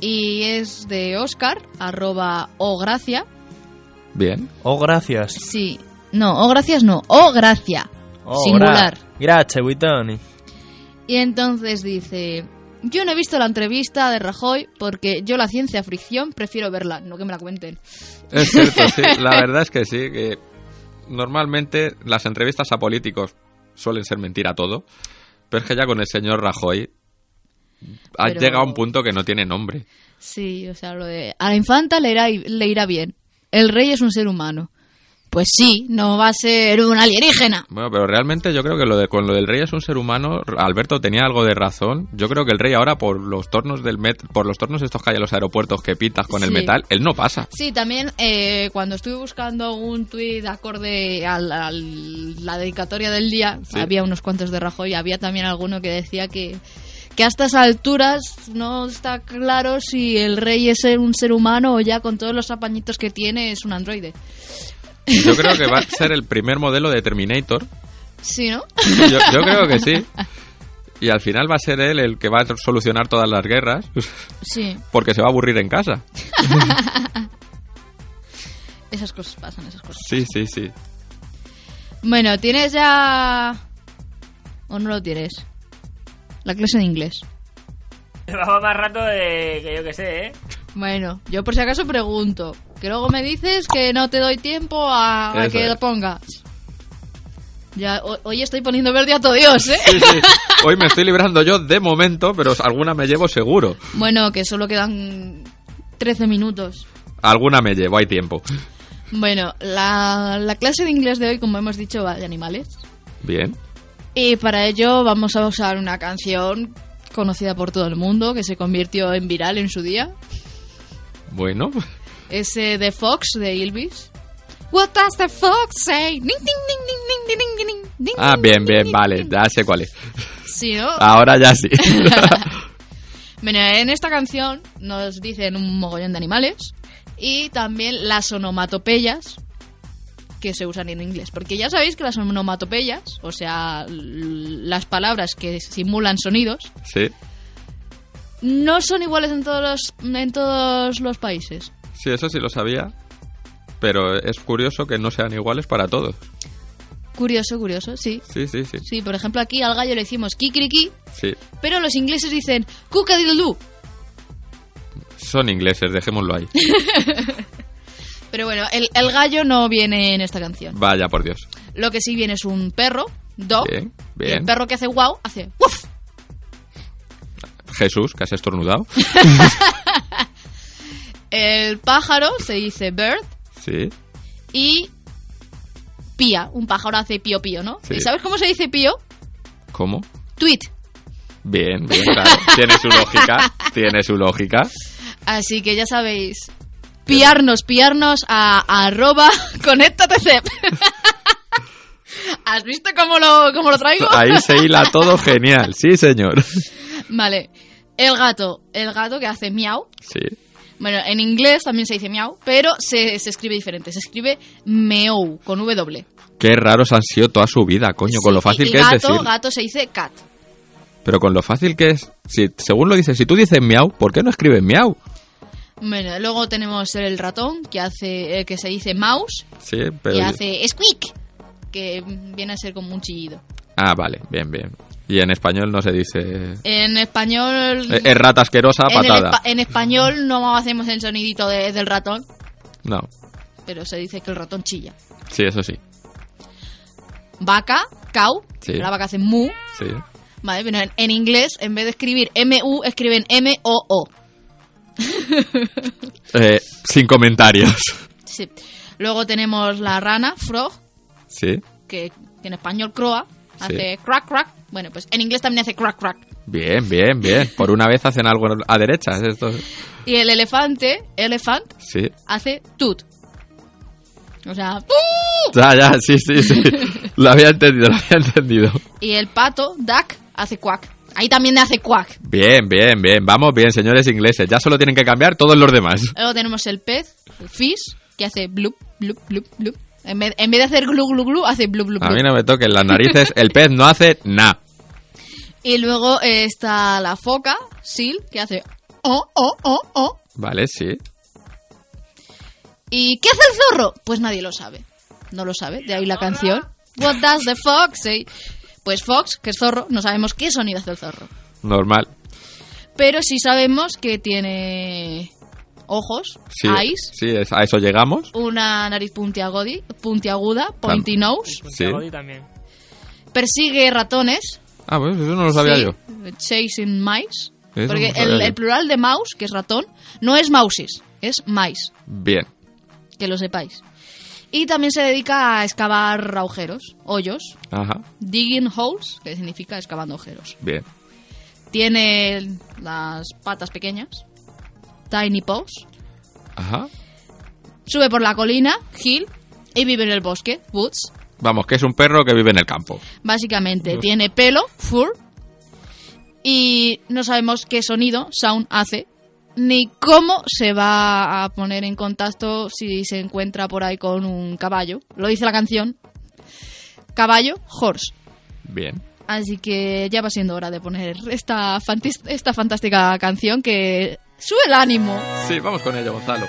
B: Y es de Oscar, arroba ogracia.
C: Bien.
T: Oh, gracias.
B: Sí, no, ogracias no, ogracia.
T: Oh,
B: singular.
T: gra- Gracias, Witoni.
B: Y entonces dice, yo no he visto la entrevista de Rajoy porque yo la ciencia fricción prefiero verla, no que me la cuenten.
C: Es cierto, sí. La verdad es que sí, que normalmente las entrevistas a políticos suelen ser mentira todo, pero es que ya con el señor Rajoy ha
B: Pero-
C: llegado a un punto que no tiene nombre.
B: Sí, o sea, lo de... A la infanta le irá, le irá bien. El rey es un ser humano. Pues sí, no va a ser un alienígena.
C: Bueno, pero realmente yo creo que lo de, con lo del rey es un ser humano, Alberto tenía algo de razón. Yo creo que el rey ahora por los tornos del met, por los tornos estos que hay en los aeropuertos que pitas con el
B: Sí.
C: metal, él no pasa.
B: Sí, también eh, cuando estuve buscando un tuit acorde a la, a la dedicatoria del día,
C: Sí.
B: había unos cuantos de Rajoy, había también alguno que decía que, que a estas alturas no está claro si el rey es un ser humano o ya con todos los apañitos que tiene es un androide.
C: Yo creo que va a ser el primer modelo de Terminator.
B: Sí, ¿no?
C: Yo, yo creo que sí. Y al final va a ser él el que va a solucionar todas las guerras.
B: Sí,
C: Porque se va a aburrir en casa.
B: esas cosas pasan, esas cosas.
C: Sí, sí, sí.
B: Bueno, ¿tienes ya... o no lo tienes? La clase de inglés.
D: Llevaba más rato de que yo que sé, ¿eh?
B: Bueno, yo por si acaso pregunto, que luego me dices que no te doy tiempo a, a
D: Eso
B: que
D: es.
B: lo pongas. Ya, ho- hoy estoy poniendo verde a todo Dios, ¿eh?
C: Hoy me estoy librando yo de momento, pero alguna me llevo seguro.
B: bueno, que solo quedan 13 minutos.
C: Alguna me llevo, hay tiempo.
B: Bueno, la, la clase de inglés de hoy, como hemos dicho, va de animales.
C: Bien.
B: Y para ello vamos a usar una canción conocida por todo el mundo que se convirtió en viral en su día.
C: Bueno,
B: Es eh, The Fox de Elvis. What does the fox say? Ding, ding, ding, ding, ding, ding, ding, ding, ding.
C: ah, bien, bien, vale, Ah. ya sé cuál es.
B: Sí, ¿no?
C: Ahora ya sí.
B: Bueno, en esta canción nos dicen un mogollón de animales y también las onomatopeyas que se usan en inglés. Porque ya sabéis que las onomatopeyas, o sea, l- las palabras que simulan sonidos,
C: sí,
B: no son iguales en todos los, en todos los países.
C: sí, eso sí lo sabía. Pero es curioso que no sean iguales para todos.
B: Curioso, curioso, sí.
C: Sí, sí, sí.
B: Sí, por ejemplo, aquí al gallo le decimos kikiriki,
C: Sí,
B: pero los ingleses dicen cucadiludú.
C: son ingleses, dejémoslo ahí.
B: Pero bueno, el, el gallo no viene en esta canción.
C: Vaya, por Dios.
B: Lo que sí viene es un perro, dog,
C: Bien,
B: y el
C: bien.
B: perro que hace guau hace ¡wuf!
C: Jesús, que has estornudado.
B: El pájaro se dice bird
C: Sí.
B: y pía. Un pájaro hace pío pío, ¿no?
C: Sí.
B: ¿Y sabes cómo se dice pío?
C: ¿Cómo?
B: Tweet.
C: Bien, bien, claro. Tiene su lógica. Tiene su lógica.
B: Así que ya sabéis. Piarnos, piarnos a, a arroba conéctate cep. ¿Has visto cómo lo, cómo lo traigo?
C: Ahí se hila todo genial. Sí, señor.
B: Vale. El gato. El gato que hace miau.
C: Sí.
B: Bueno, en inglés también se dice miau, pero se, se escribe diferente. Se escribe meow, con W.
C: Qué raros han sido toda su vida, coño, con lo fácil
B: el
C: que
B: gato,
C: es decir.
B: gato se dice cat.
C: Pero con lo fácil que es. Si, según lo dices, si tú dices miau, ¿por qué no escribes miau?
B: Bueno, luego tenemos el ratón que hace eh, que se dice mouse
C: Sí, pero.
B: y hace squeak, que mm, viene a ser como un chillido.
C: Ah, vale, bien, bien. Y en español no se dice.
B: En español
C: Eh, Es rata asquerosa,
B: en, el
C: patada.
B: espa- en español no hacemos el sonidito de- del ratón,
C: No,
B: pero se dice que el ratón chilla.
C: sí, eso sí.
B: Vaca, cow,
C: Sí.
B: la vaca hace mu,
C: Sí.
B: vale, pero en, en inglés en vez de escribir mu escriben m o o.
C: Eh, sin comentarios.
B: Sí. Luego tenemos la rana, frog,
C: Sí,
B: que, que en español croa,
C: Sí.
B: hace crack crack. Bueno, pues en inglés también hace crack crack.
C: bien, bien, bien. Por una vez hacen algo a derechas. Esto.
B: Y el elefante, elephant,
C: Sí.
B: hace tut. O sea, ¡pu!
C: Ya, ya, sí, sí, sí. Lo había entendido, lo había entendido.
B: Y el pato, duck, hace quack. Ahí también hace quack.
C: Bien, bien, bien. Vamos bien, señores ingleses. Ya solo tienen que cambiar todos los demás.
B: Luego tenemos el pez, el fish, que hace bloop, bloop, bloop, bloop. En vez, en vez de hacer glu, glu, glu, hace bloop, bloop,
C: A mí
B: bloop.
C: no me toquen las narices. El pez no hace nada.
B: Y luego eh, está la foca, seal, que hace oh, oh, oh, oh.
C: Vale, sí.
B: ¿Y qué hace el zorro? Pues nadie lo sabe. No lo sabe, de ahí la canción. What does the fox say? Pues fox, que es zorro, no sabemos qué sonido hace el zorro.
C: Normal.
B: Pero sí sabemos que tiene ojos,
C: Sí,
B: eyes,
C: sí es- a eso llegamos.
B: una nariz puntiagodi- puntiaguda, pointy nose,
C: Sí.
B: persigue ratones.
C: Ah, pues eso no lo sabía
B: sí,
C: yo.
B: Chasing mice.
C: Eso no
B: porque
C: lo sabía
B: el,
C: yo.
B: el plural de mouse, que es ratón, no es mouses, es mice,
C: Bien.
B: que lo sepáis. Y también se dedica a excavar agujeros, hoyos,
C: Ajá.
B: digging holes, que significa excavando agujeros.
C: Bien.
B: Tiene las patas pequeñas, tiny paws,
C: Ajá.
B: Sube por la colina, hill, y vive en el bosque, woods.
C: Vamos, que es un perro que vive en el campo.
B: Básicamente
C: Uf.
B: tiene pelo, fur, y no sabemos qué sonido, sound, hace, ni cómo se va a poner en contacto si se encuentra por ahí con un caballo. Lo dice la canción. Caballo, horse.
C: Bien.
B: Así que ya va siendo hora de poner esta, fantis- esta fantástica canción que sube el ánimo.
C: Sí, vamos con ello, Gonzalo.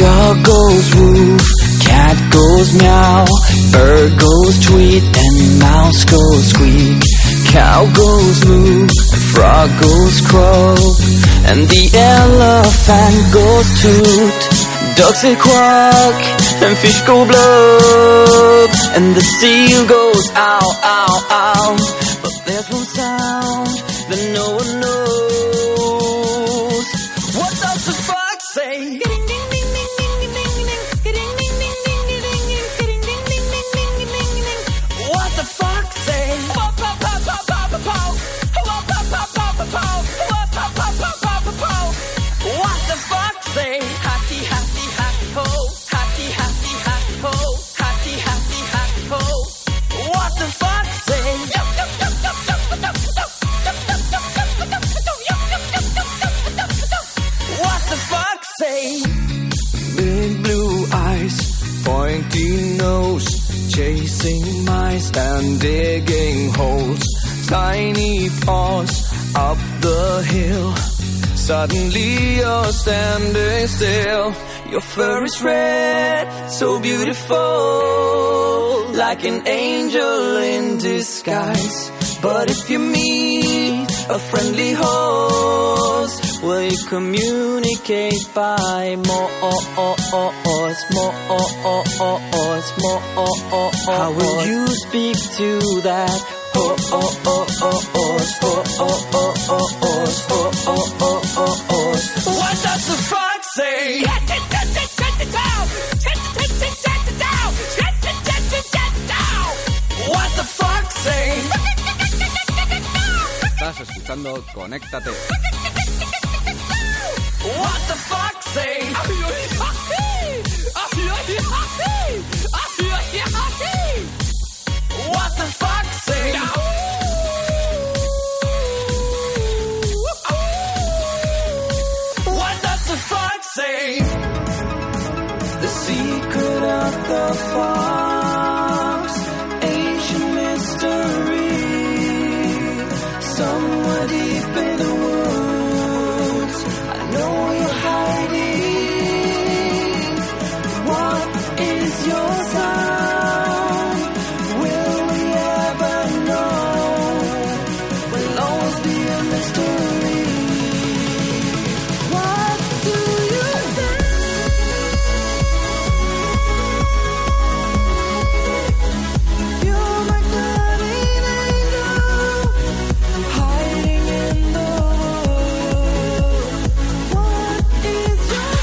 H: Dog goes woof, cat goes meow, bird goes tweet, and mouse goes squeak. Cow goes moo, frog goes crow, and the elephant goes toot. Ducks say quack, and fish go blub, and the seal goes ow, ow, ow. But there's one sound that no one knows. What does the fox say?
F: nose, chasing mice and digging holes. Tiny paws up the hill. Suddenly you're standing still. Your fur is red, so beautiful, like an angel in disguise. But if you meet a friendly host, will you communicate by more, more, more? How will you speak to that? Oh, oh, oh, oh, oh, oh, oh, oh, oh, oh, oh, oh, oh, oh, oh. What does the fox say? What the fox say?
U: Estás escuchando Conéctate.
F: What the fuck say? What the fuck say? What does the fuck say? The secret of the fox, ancient mystery. Somewhere deep in the woods, I know you're hiding. What is your sound? Will we ever know? Will always be a mystery. What do you think? You're my bloody angel, hiding in the woods. What is your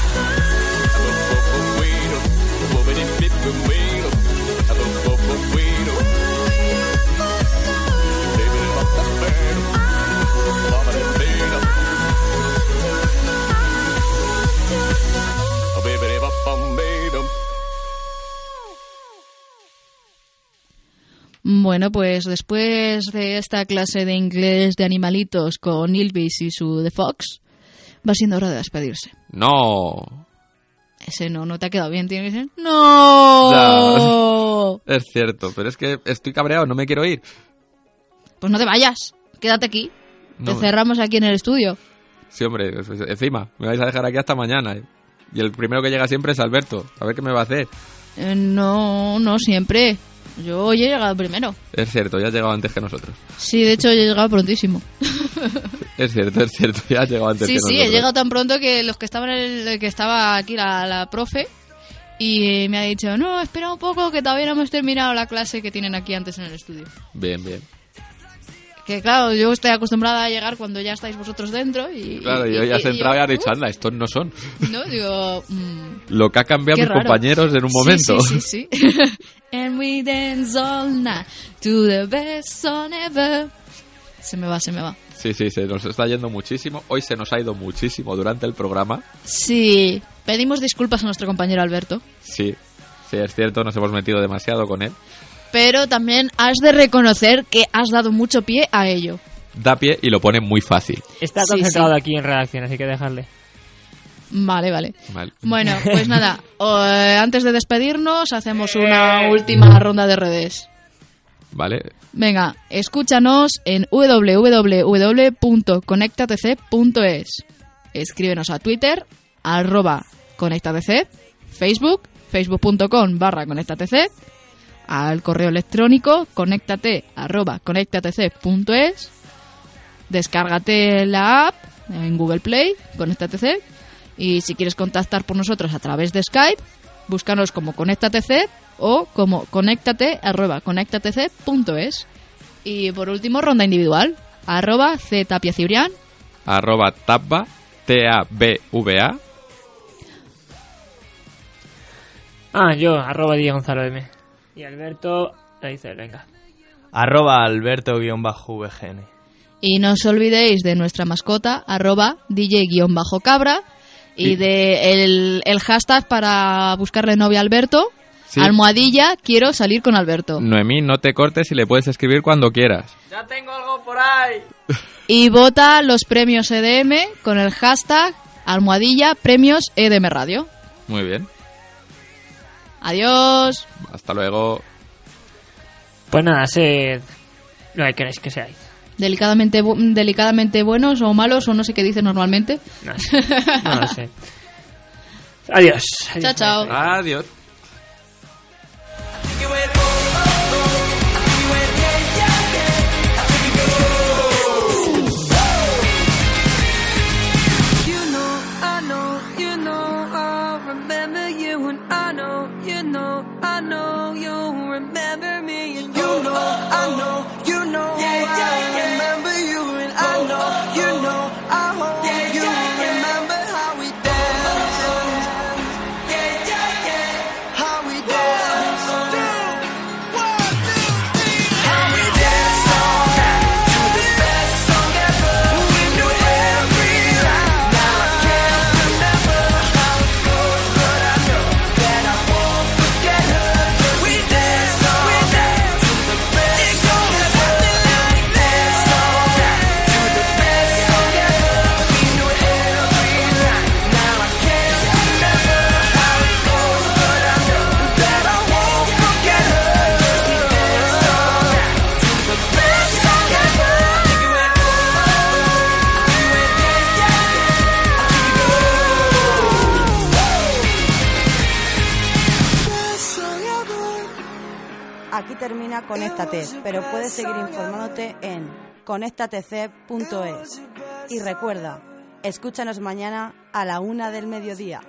F: sign?
B: Bueno, pues después de esta clase de inglés de animalitos con Ilvis y su The Fox, va siendo hora de despedirse.
C: No.
B: Ese no, no te ha quedado bien, tiene que ser. ¡No!
C: Es cierto, pero es que estoy cabreado, no me quiero ir.
B: Pues no te vayas, quédate aquí.
C: No.
B: Te cerramos aquí en el estudio.
C: Sí, hombre, es- es- encima, me vais a dejar aquí hasta mañana. eh. Y el primero que llega siempre es Alberto. A ver qué me va a hacer.
B: Eh, no, no siempre. Yo hoy he llegado primero.
C: Es cierto, ya ha llegado antes que nosotros.
B: Sí, de hecho, yo he llegado prontísimo.
C: Es cierto, es cierto, ya ha llegado antes
B: Sí,
C: que
B: sí,
C: nosotros.
B: he llegado tan pronto que los que estaban en el- que estaba aquí la, la profe y eh, me ha dicho, "No, espera un poco que todavía no hemos terminado la clase que tienen aquí antes en el estudio."
C: Bien, bien.
B: Que claro, yo estoy acostumbrada a llegar cuando ya estáis vosotros dentro y
C: Claro,
B: y-
C: yo ya has
B: y- y
C: entrado y
B: yo,
C: has dicho, anda, estos no son.
B: no digo, mm,
C: Lo que ha cambiado
B: Qué
C: mis
B: raro.
C: compañeros en un
B: Sí,
C: momento.
B: Sí, sí, sí. And we dance all night to the best song ever. Se me va, se me va.
C: Sí, sí, se nos está yendo muchísimo. Hoy se nos ha ido muchísimo durante el programa.
B: Sí, pedimos disculpas a nuestro compañero Alberto,
C: Sí, sí, es cierto, nos hemos metido demasiado con él.
B: pero también has de reconocer que has dado mucho pie a ello.
C: Da pie y lo pone muy fácil.
D: Está
B: Sí,
D: concentrado
B: sí.
D: aquí en redacción, así que dejarle.
B: Vale, vale.
C: Mal.
B: Bueno, pues nada, o, eh, antes de despedirnos hacemos una última ronda de redes.
C: ¿Vale?
B: Venga, escúchanos en www.conectatc.es. Escríbenos a Twitter, arroba conectatc, Facebook, facebook.com barra conectatc, al correo electrónico conectate arroba conectatc.es, descárgate la app en Google Play, conectatc, y si quieres contactar por nosotros a través de Skype, búscanos como conectatc o como conéctate arroba conectatc.es. Y por último, ronda individual, arroba ztapiacibrián,
C: Arroba tabba, T-A-B-V-A.
D: Ah, yo, arroba Diego Gonzalo M. Y Alberto, ahí dice, venga.
A: Arroba alberto-vgn.
B: Y no os olvidéis de nuestra mascota, arroba DJ-cabra. Y
A: Y-
B: de el, el hashtag para buscarle novia a Alberto.
C: Sí. Mm.
B: Almohadilla, quiero salir con Alberto.
C: Noemí, no te cortes y le puedes escribir cuando quieras.
B: Y vota los premios EDM con el E hashtag almohadilla premios EDM Radio.
C: Muy bien.
B: Adiós.
C: Hasta luego.
D: Pues nada, sé lo que queréis que seáis.
B: Delicadamente, bu- delicadamente buenos o malos o no sé qué dice normalmente.
D: No sé. No lo sé. Adiós.
B: Chao, chao.
C: Adiós.
F: You know, I know, you know, I'll remember you, and I know, you know, I know you'll remember me, and you know, I know, you know, I remember you, and I know, you know, I hope you remember how we danced. Yeah, yeah, yeah. How we danced. One, two, three. How we danced all night to the best song ever. We knew every line. Now I can't remember how it goes, but I know that I won't forget her. We danced all night to the best song ever. We danced all night to the best song ever. We knew every line. Now I can't remember how it goes, but I know that I won't forget her. We danced all night to the best song ever.
E: Aquí termina Conéctate, pero puedes seguir informándote en conéctatec.es. Y recuerda, escúchanos mañana a la una del mediodía.